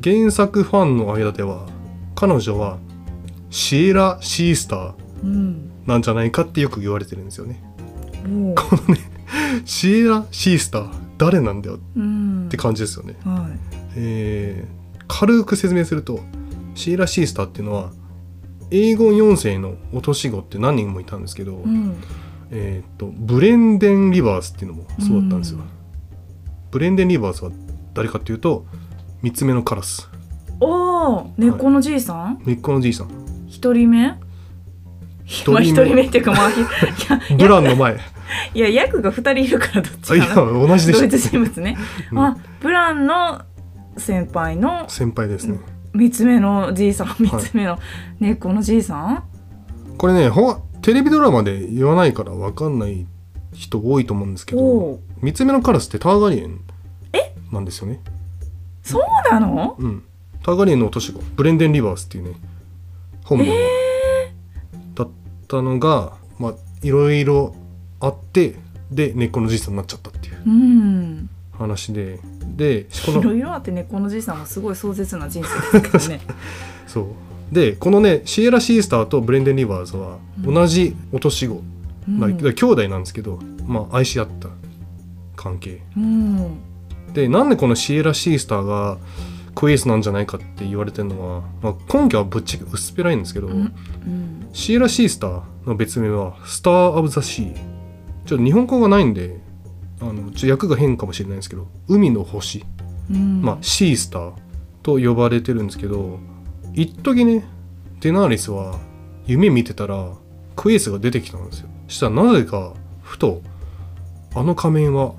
B: 原作ファンの間では彼女はシエラ・シースター
A: うん
B: なんじゃないかってよく言われてるんですよね。
A: も
B: このねシエラ・シースター誰なんだよ
A: ううん
B: って感じですよね。
A: は
B: えー軽く説明するとシエラ・シースターっていうのは英語4世の落とし子って何人もいたんですけど、
A: いうん
B: えーっとブレンデン・リバースっていうのもそうだったんですよ。
A: うん
B: ブレンデン・リバースは誰かっていうと3つ目のカラス
A: おお根っこのじいさん
B: 根っこのじいさん
A: 一人目
B: 一
A: まあ一
B: 人
A: 人
B: 目
A: 目っていうかまあひ い
B: ブ
A: や
B: ランの前
A: いや役が二人いるからどっ
B: あ
A: ちか
B: いや
A: な
B: 同じで
A: 同
B: し
A: 一
B: た、
A: 人物ね、
B: うん
A: あブランの先輩の
B: 先輩ですね
A: 三つ目のじいさん三つ目の根っこのじいさん
B: これねほんテレビドラマで言わないから分かんない人多いと思うんですけ
A: お
B: ど
A: う
B: 三つ目のカラスってターガリエンなんですよね
A: そうなの
B: うんターガリエンの落とし子ブレンデン・リバースっていうね本名だったのが、まあいろいろあってで根っこのじいさんになっちゃったっていう
A: うん
B: 話ででこ
A: い
B: の
A: ろいろあってねこのじいさんもすごい壮絶な人生ですけど ね
B: そうでこのねシエラ・シースターとブレンデン・リバーズは
A: うん
B: 同じ落とし子、
A: うん
B: まあ、兄弟なんですけど、まあ、愛し合った関係
A: うん
B: でなんでこのシエラ・シースターがクエスなんじゃないかって言われてるのは、まあ、根拠はぶっちゃけ薄っぺらいんですけど、
A: うんうん
B: シエラ・シースターの別名はスター・オブ・ザ・シーちょっと日本語がないんであのちょっと訳が変かもしれないんですけど海の星、
A: うん
B: まあ、シースターと呼ばれてるんですけど一時ねデナーリスは夢見てたらクエスが出てきたんですよそしたらなぜかふとあの仮面は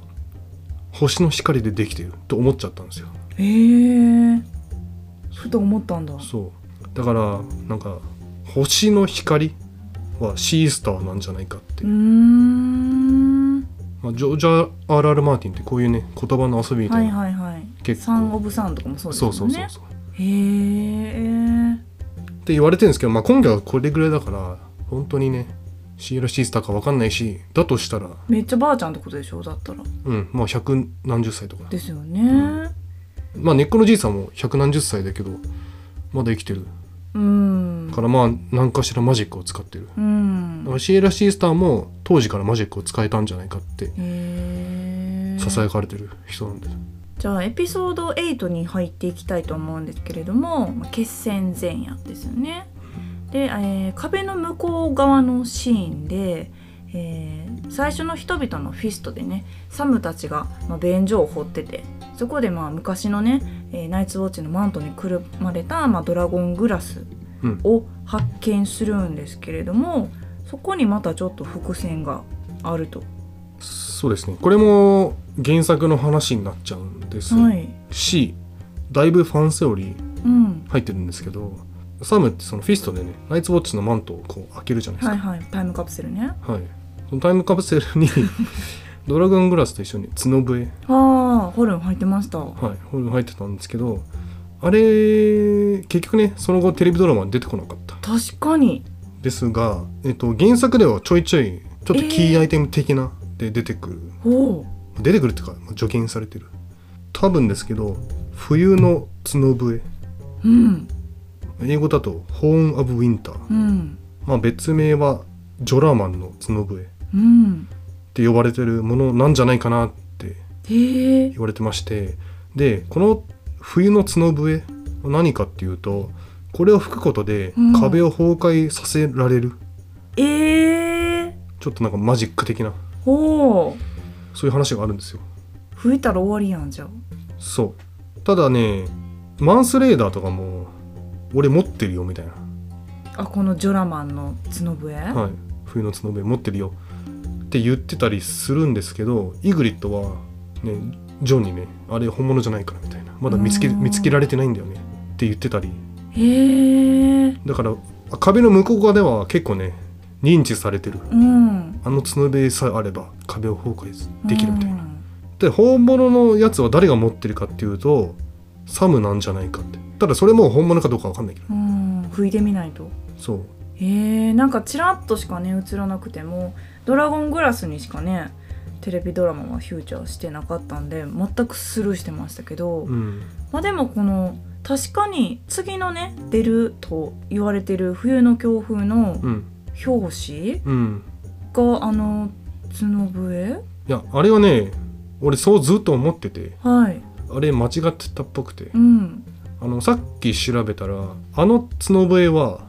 B: 星の光でできてると思っちゃったんですよ
A: へえふと思ったんだ
B: そうだからなんか星の光はシースターなんじゃないかって、
A: うーん
B: まあ、ジョージャー・ RR ・マーティンってこういうね言葉の遊びみた
A: はいい
B: な、
A: はいはい
B: 結構
A: サン・オブ・サンとかもそうです
B: そ
A: よ
B: う
A: ね
B: そうそうそう
A: へえ
B: って言われてるんですけど、まあ、今回はこれぐらいだから本当にねシエラ・シースターか分かんないしだとしたら
A: めっちゃばあちゃんってことでしょだったら
B: うんまあ百何十歳とか
A: ですよね
B: まあ根っこのじいさんも百何十歳だけどまだ生きてる
A: うん
B: からまあ何かしらマジックを使ってる
A: うん
B: だからシエラ・シースターも当時からマジックを使えたんじゃないかって
A: へえ
B: ささやかれてる人なんで
A: じゃあエピソード8に入っていきたいと思うんですけれどもまあ決戦前夜ですよね。で、えー壁の向こう側のシーンで、えー最初の人々のフィストでねサムたちが、まあ、便所を掘っててそこでまあ昔のね、えーナイツウォッチのマントにくるまれた、まあ、ドラゴングラス
B: うん
A: を発見するんですけれども、そこにまたちょっと伏線があると。
B: そうですねこれも原作の話になっちゃうんです、
A: はい、
B: しだいぶファンセオリー
A: うん
B: 入ってるんですけどサムってそのフィストでねナイツウォッチのマントをこう開けるじゃないです
A: は
B: か
A: いはい、タイムカプセルね。
B: はい、そのタイムカプセル にドラゴングラスと一緒に角笛、
A: ああ、ホルン入ってました。う
B: はい、これ入ってたんですけどあれ結局ねその後テレビドラマに出てこなかった
A: 確かに。
B: ですが、えっと、原作ではちょいちょいちょっとキーアイテム的なで出てくる、
A: おお。
B: 出てくるっていうか助言されてる多分ですけど冬の角笛
A: うん。
B: 英語だと「ホーン・アブ・ウィンター
A: うん。」
B: まあ別名はジョラーマンの角笛っ
A: うん。
B: て呼ばれてるものなんじゃないかなって
A: へえ。
B: 言われてましてでこの冬の角笛は何かっていうとこれを吹くことで
A: うん
B: 壁を崩壊させられる、
A: ええ
B: ちょっとなんかマジック的な
A: おお。
B: そういう話があるんですよ
A: 吹いたら終わりやんじゃあ
B: そうただねマンスレーダーとかも俺持ってるよみたいな
A: あこのジョラマンの角笛、
B: はい、冬の角笛持ってるよって言ってたりするんですけどイグリットは、ね、ジョンにねあれ本物じゃないからみたいなまだ見つけ
A: うん
B: 見つけられてないんだよねって言ってたり
A: へえ
B: だからあ壁の向こう側では結構ね認知されてる
A: うん
B: あの角笛さえあれば壁を崩壊できるみたいな、
A: うん
B: で本物のやつは誰が持ってるかっていうとサムなんじゃないかってただそれも本物かどうかわかんないけど
A: うん、拭いてみないと
B: そう
A: へえなんかちらっとしかね映らなくても「ドラゴングラス」にしかねテレビドラマはフューチャーしてなかったんで全くスルーしてましたけど、
B: うん
A: まあでもこの確かに次のね出ると言われてる「冬の強風」の
B: うん
A: 表紙
B: うん
A: があの角笛
B: いやあれはね俺そうずっと思ってて
A: はい
B: あれ間違ってたっぽくて
A: うん
B: あのさっき調べたらあの角笛は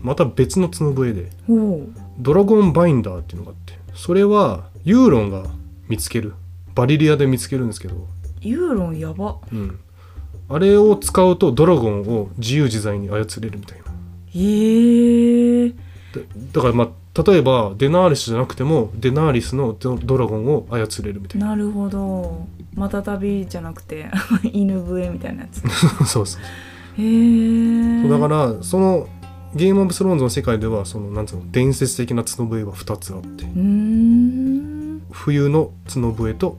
B: また別の角笛で
A: おう
B: ドラゴンバインダーっていうのがあってそれはユーロンが見つけるバリリアで見つけるんですけど、
A: ユーロンやば
B: うん、あれを使うとドラゴンを自由自在に操れるみたいな
A: ええ
B: だだからまあ例えばデナーリスじゃなくてもデナーリスのドドラゴンを操れるみたいな
A: なるほどまた旅じゃなくて 犬笛みたいなやつ
B: そうそう
A: へえ
B: だからそのゲームオブスローンズの世界ではそのなんつうの伝説的な角笛は2つあって
A: うーん
B: 冬の角笛と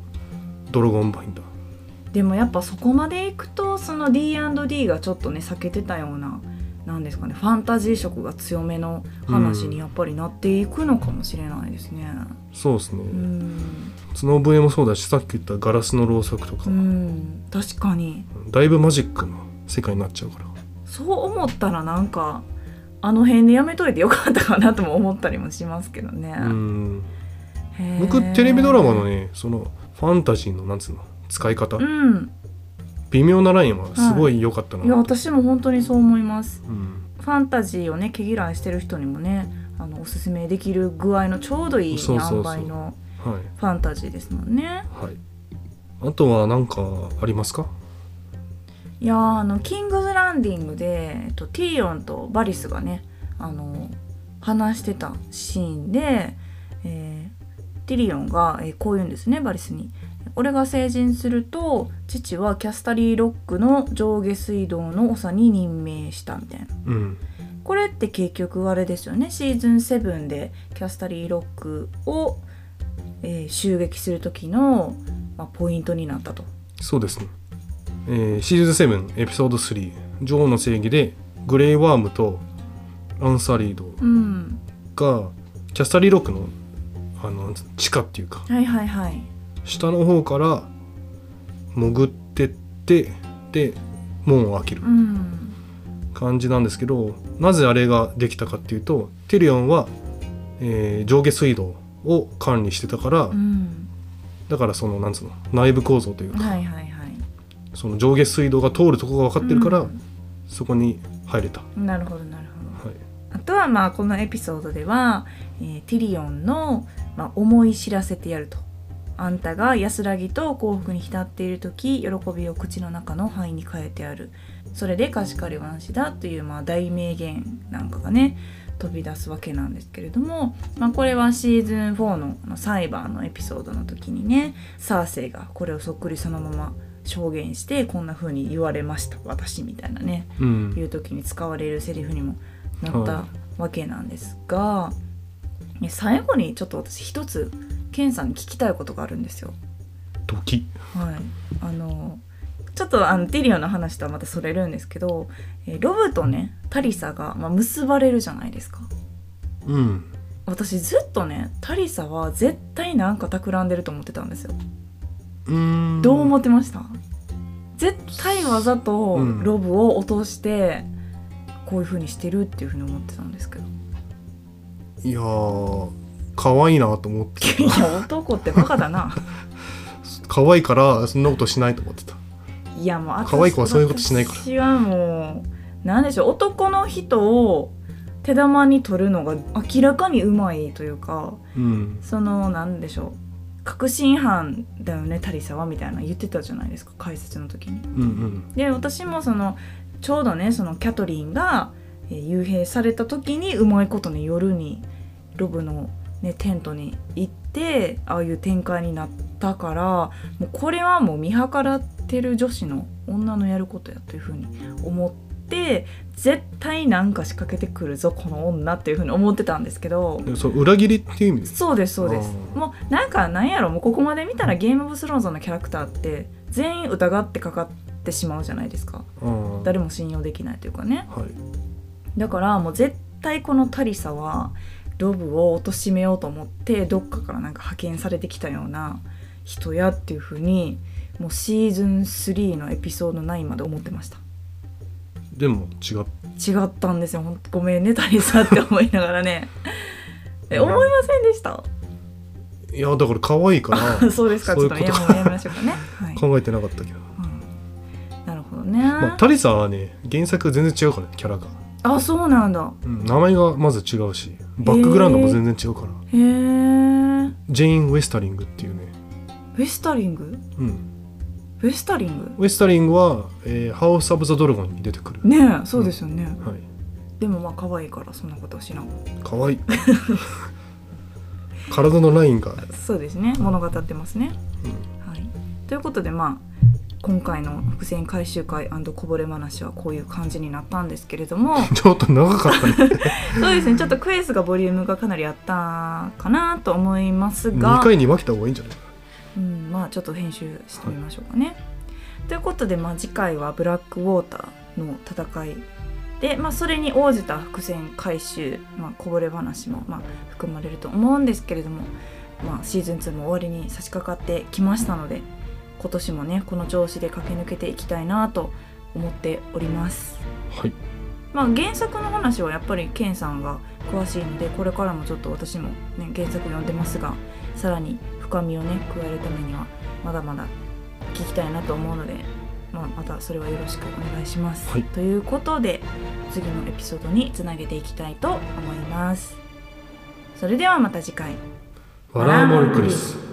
B: ドラゴンバインダー
A: でもやっぱそこまでいくとその D&D がちょっとね避けてたようななんですかねファンタジー色が強めの話にやっぱりなっていくのかもしれないですね。
B: そうですね、
A: うん、
B: 角笛もそうだしさっき言ったガラスのろうそくとか、
A: うん、確かに
B: だいぶマジックの世界になっちゃうから
A: そう思ったらなんかあの辺でやめといてよかったかなとも思ったりもしますけどね。
B: うん
A: へー
B: 僕テレビドラマのねそのファンタジーのなんつうの使い方、
A: うん、
B: 微妙なラインはすごい良かったな、
A: いや私も本当にそう思います。
B: うん、
A: ファンタジーをね毛嫌いしてる人にもねあのおすすめできる具合のちょうどいい、ね、
B: そうそうそう
A: 塩梅の
B: はい
A: ファンタジーですもんね。
B: はいあとは何かありますか
A: いやーあのキングズランディングで、えっと、ティーヨンとバリスがねあの話してたシーンで、えーティリオンが、えーこう言うんですねバリスに。俺が成人すると父はキャスタリーロックの上下水道の長に任命したみたいな。
B: うん
A: これって結局あれですよねシーズン7でキャスタリーロックを、えー襲撃する時の、まあ、ポイントになったと。
B: そうですね、えーシーズン7エピソード3「女王の正義」でグレイワームとアンサリード
A: うん、
B: がキャスタリーロックのあの地下っていうか
A: はいはいはい。
B: 下の方から潜ってってで門を開ける
A: うん
B: 感じなんですけどなぜあれができたかっていうとテリオンは、えー上下水道を管理してたから、
A: うん、
B: だからそのなんつうの内部構造というか、
A: はいはいはい。
B: その上下水道が通るとこが分かってるから、
A: うん
B: そこに入れた。
A: なるほどなるほど。
B: はい
A: あとはまあこのエピソードでは、えーティリオンの、まあ、思い知らせてやると。あんたが安らぎと幸福に浸っている時喜びを口の中の灰に変えてやるそれで貸し借り話だというまあ大名言なんかがね飛び出すわけなんですけれども、まあ、これはシーズン4のあのサイバーのエピソードの時にねサーセイがこれをそっくりそのまま証言してこんな風に言われました私みたいなね
B: うん
A: いう時に使われるセリフにもなった
B: は
A: わけなんですが、ね最後にちょっと私一つケンさんに聞きたいことがあるんですよ。
B: ドキ
A: はい、あのちょっとあのティリオの話とはまたそれるんですけど、えーロブとねタリサが、まあ、結ばれるじゃないですか。
B: うん
A: 私ずっとねタリサは絶対なんか企んでると思ってたんですよ。
B: うーん
A: どう思ってました絶対わざと
B: うん
A: ロブを落としてこういう風にしてるっていう風に思ってたんですけど。
B: いやー可愛いなと思っ て
A: いや男ってバカだな
B: 可愛いからそんなことしないと思ってた
A: いやもう
B: 可愛い子はそういうことしないから
A: 私はもうなんでしょう男の人を手玉に取るのが明らかにうまいというか
B: うん
A: そのなんでしょう確信犯だよねタリサはみたいな言ってたじゃないですか解説の時に。
B: うんうん
A: で私もそのちょうどねそのキャトリンがえー幽閉された時にうまいことね夜にロブの、ね、テントに行ってああいう展開になったからもうこれはもう見計らってる女子の女のやることやというふうに思って絶対なんか仕掛けてくるぞこの女っていうふうに思ってたんですけど。
B: でそう裏切りっていう意味です
A: そうですそうです
B: あー
A: もうなんかなんやろもうここまで見たらゲーム・オブ・スローンズのキャラクターって全員疑ってかかってしまうじゃないですか
B: あー
A: 誰も信用できないというかね
B: はい
A: だからもう絶対このタリサはロブを貶めようと思ってどっかからなんか派遣されてきたような人やっていうふうにもうシーズン3のエピソード9まで思ってました
B: でも違っ
A: 違ったんですよほんとごめんねタリサって思いながら ねえ思いませんでした
B: いやだから可愛いか
A: あ
B: ら
A: そうですか
B: そういう
A: ちょ
B: こ
A: っ
B: と
A: とねもうやめましょう かね、はい
B: 考えてなかったけど、
A: うんなるほどね、
B: まあ、タリさんはね原作全然違うからねキャラが、
A: あそうなんだ
B: うん、名前がまず違うしバックグラウンドも全然違うから、
A: へえウ
B: ジェイン・ウェスタリングっていうね、
A: ェスタリング
B: うん、
A: ウェスタリング
B: ウェスタリングは、えーハウス・オブ・ザ・ドラゴンに出てくる、
A: ねえそうですよね、
B: はい
A: でもまあ可愛いからそんなことはしな
B: 可愛い 体のラインが、
A: そうですね物語ってますね、
B: う
A: はい、ということでまあ今回の伏線回収会こぼれ話はこういう感じになったんですけれども
B: んちょっと長かったね
A: そうですねちょっとクエスがボリュームがかなりあったかなと思いますが
B: 2回に分けた方がいいんじゃない
A: うん、まあちょっと編集してみましょうかね。ということで、まあ、次回はブラックウォーターの戦いで、まあ、それに応じた伏線回収、まあ、こぼれ話もまあ含まれると思うんですけれども、まあ、シーズン2も終わりに差し掛かってきましたので今年もねこの調子で駆け抜けていきたいなと思っております。
B: はい
A: まあ、原作の話はやっぱりケンさんが詳しいのでこれからもちょっと私も、ね、原作読んでますがさらに深みをね加えるためにはまだまだ聞きたいなと思うので、まあ、またそれはよろしくお願いします。
B: はい
A: ということで次のエピソードにつなげていきたいと思います。それではまた次回
B: ワラーモル・クリス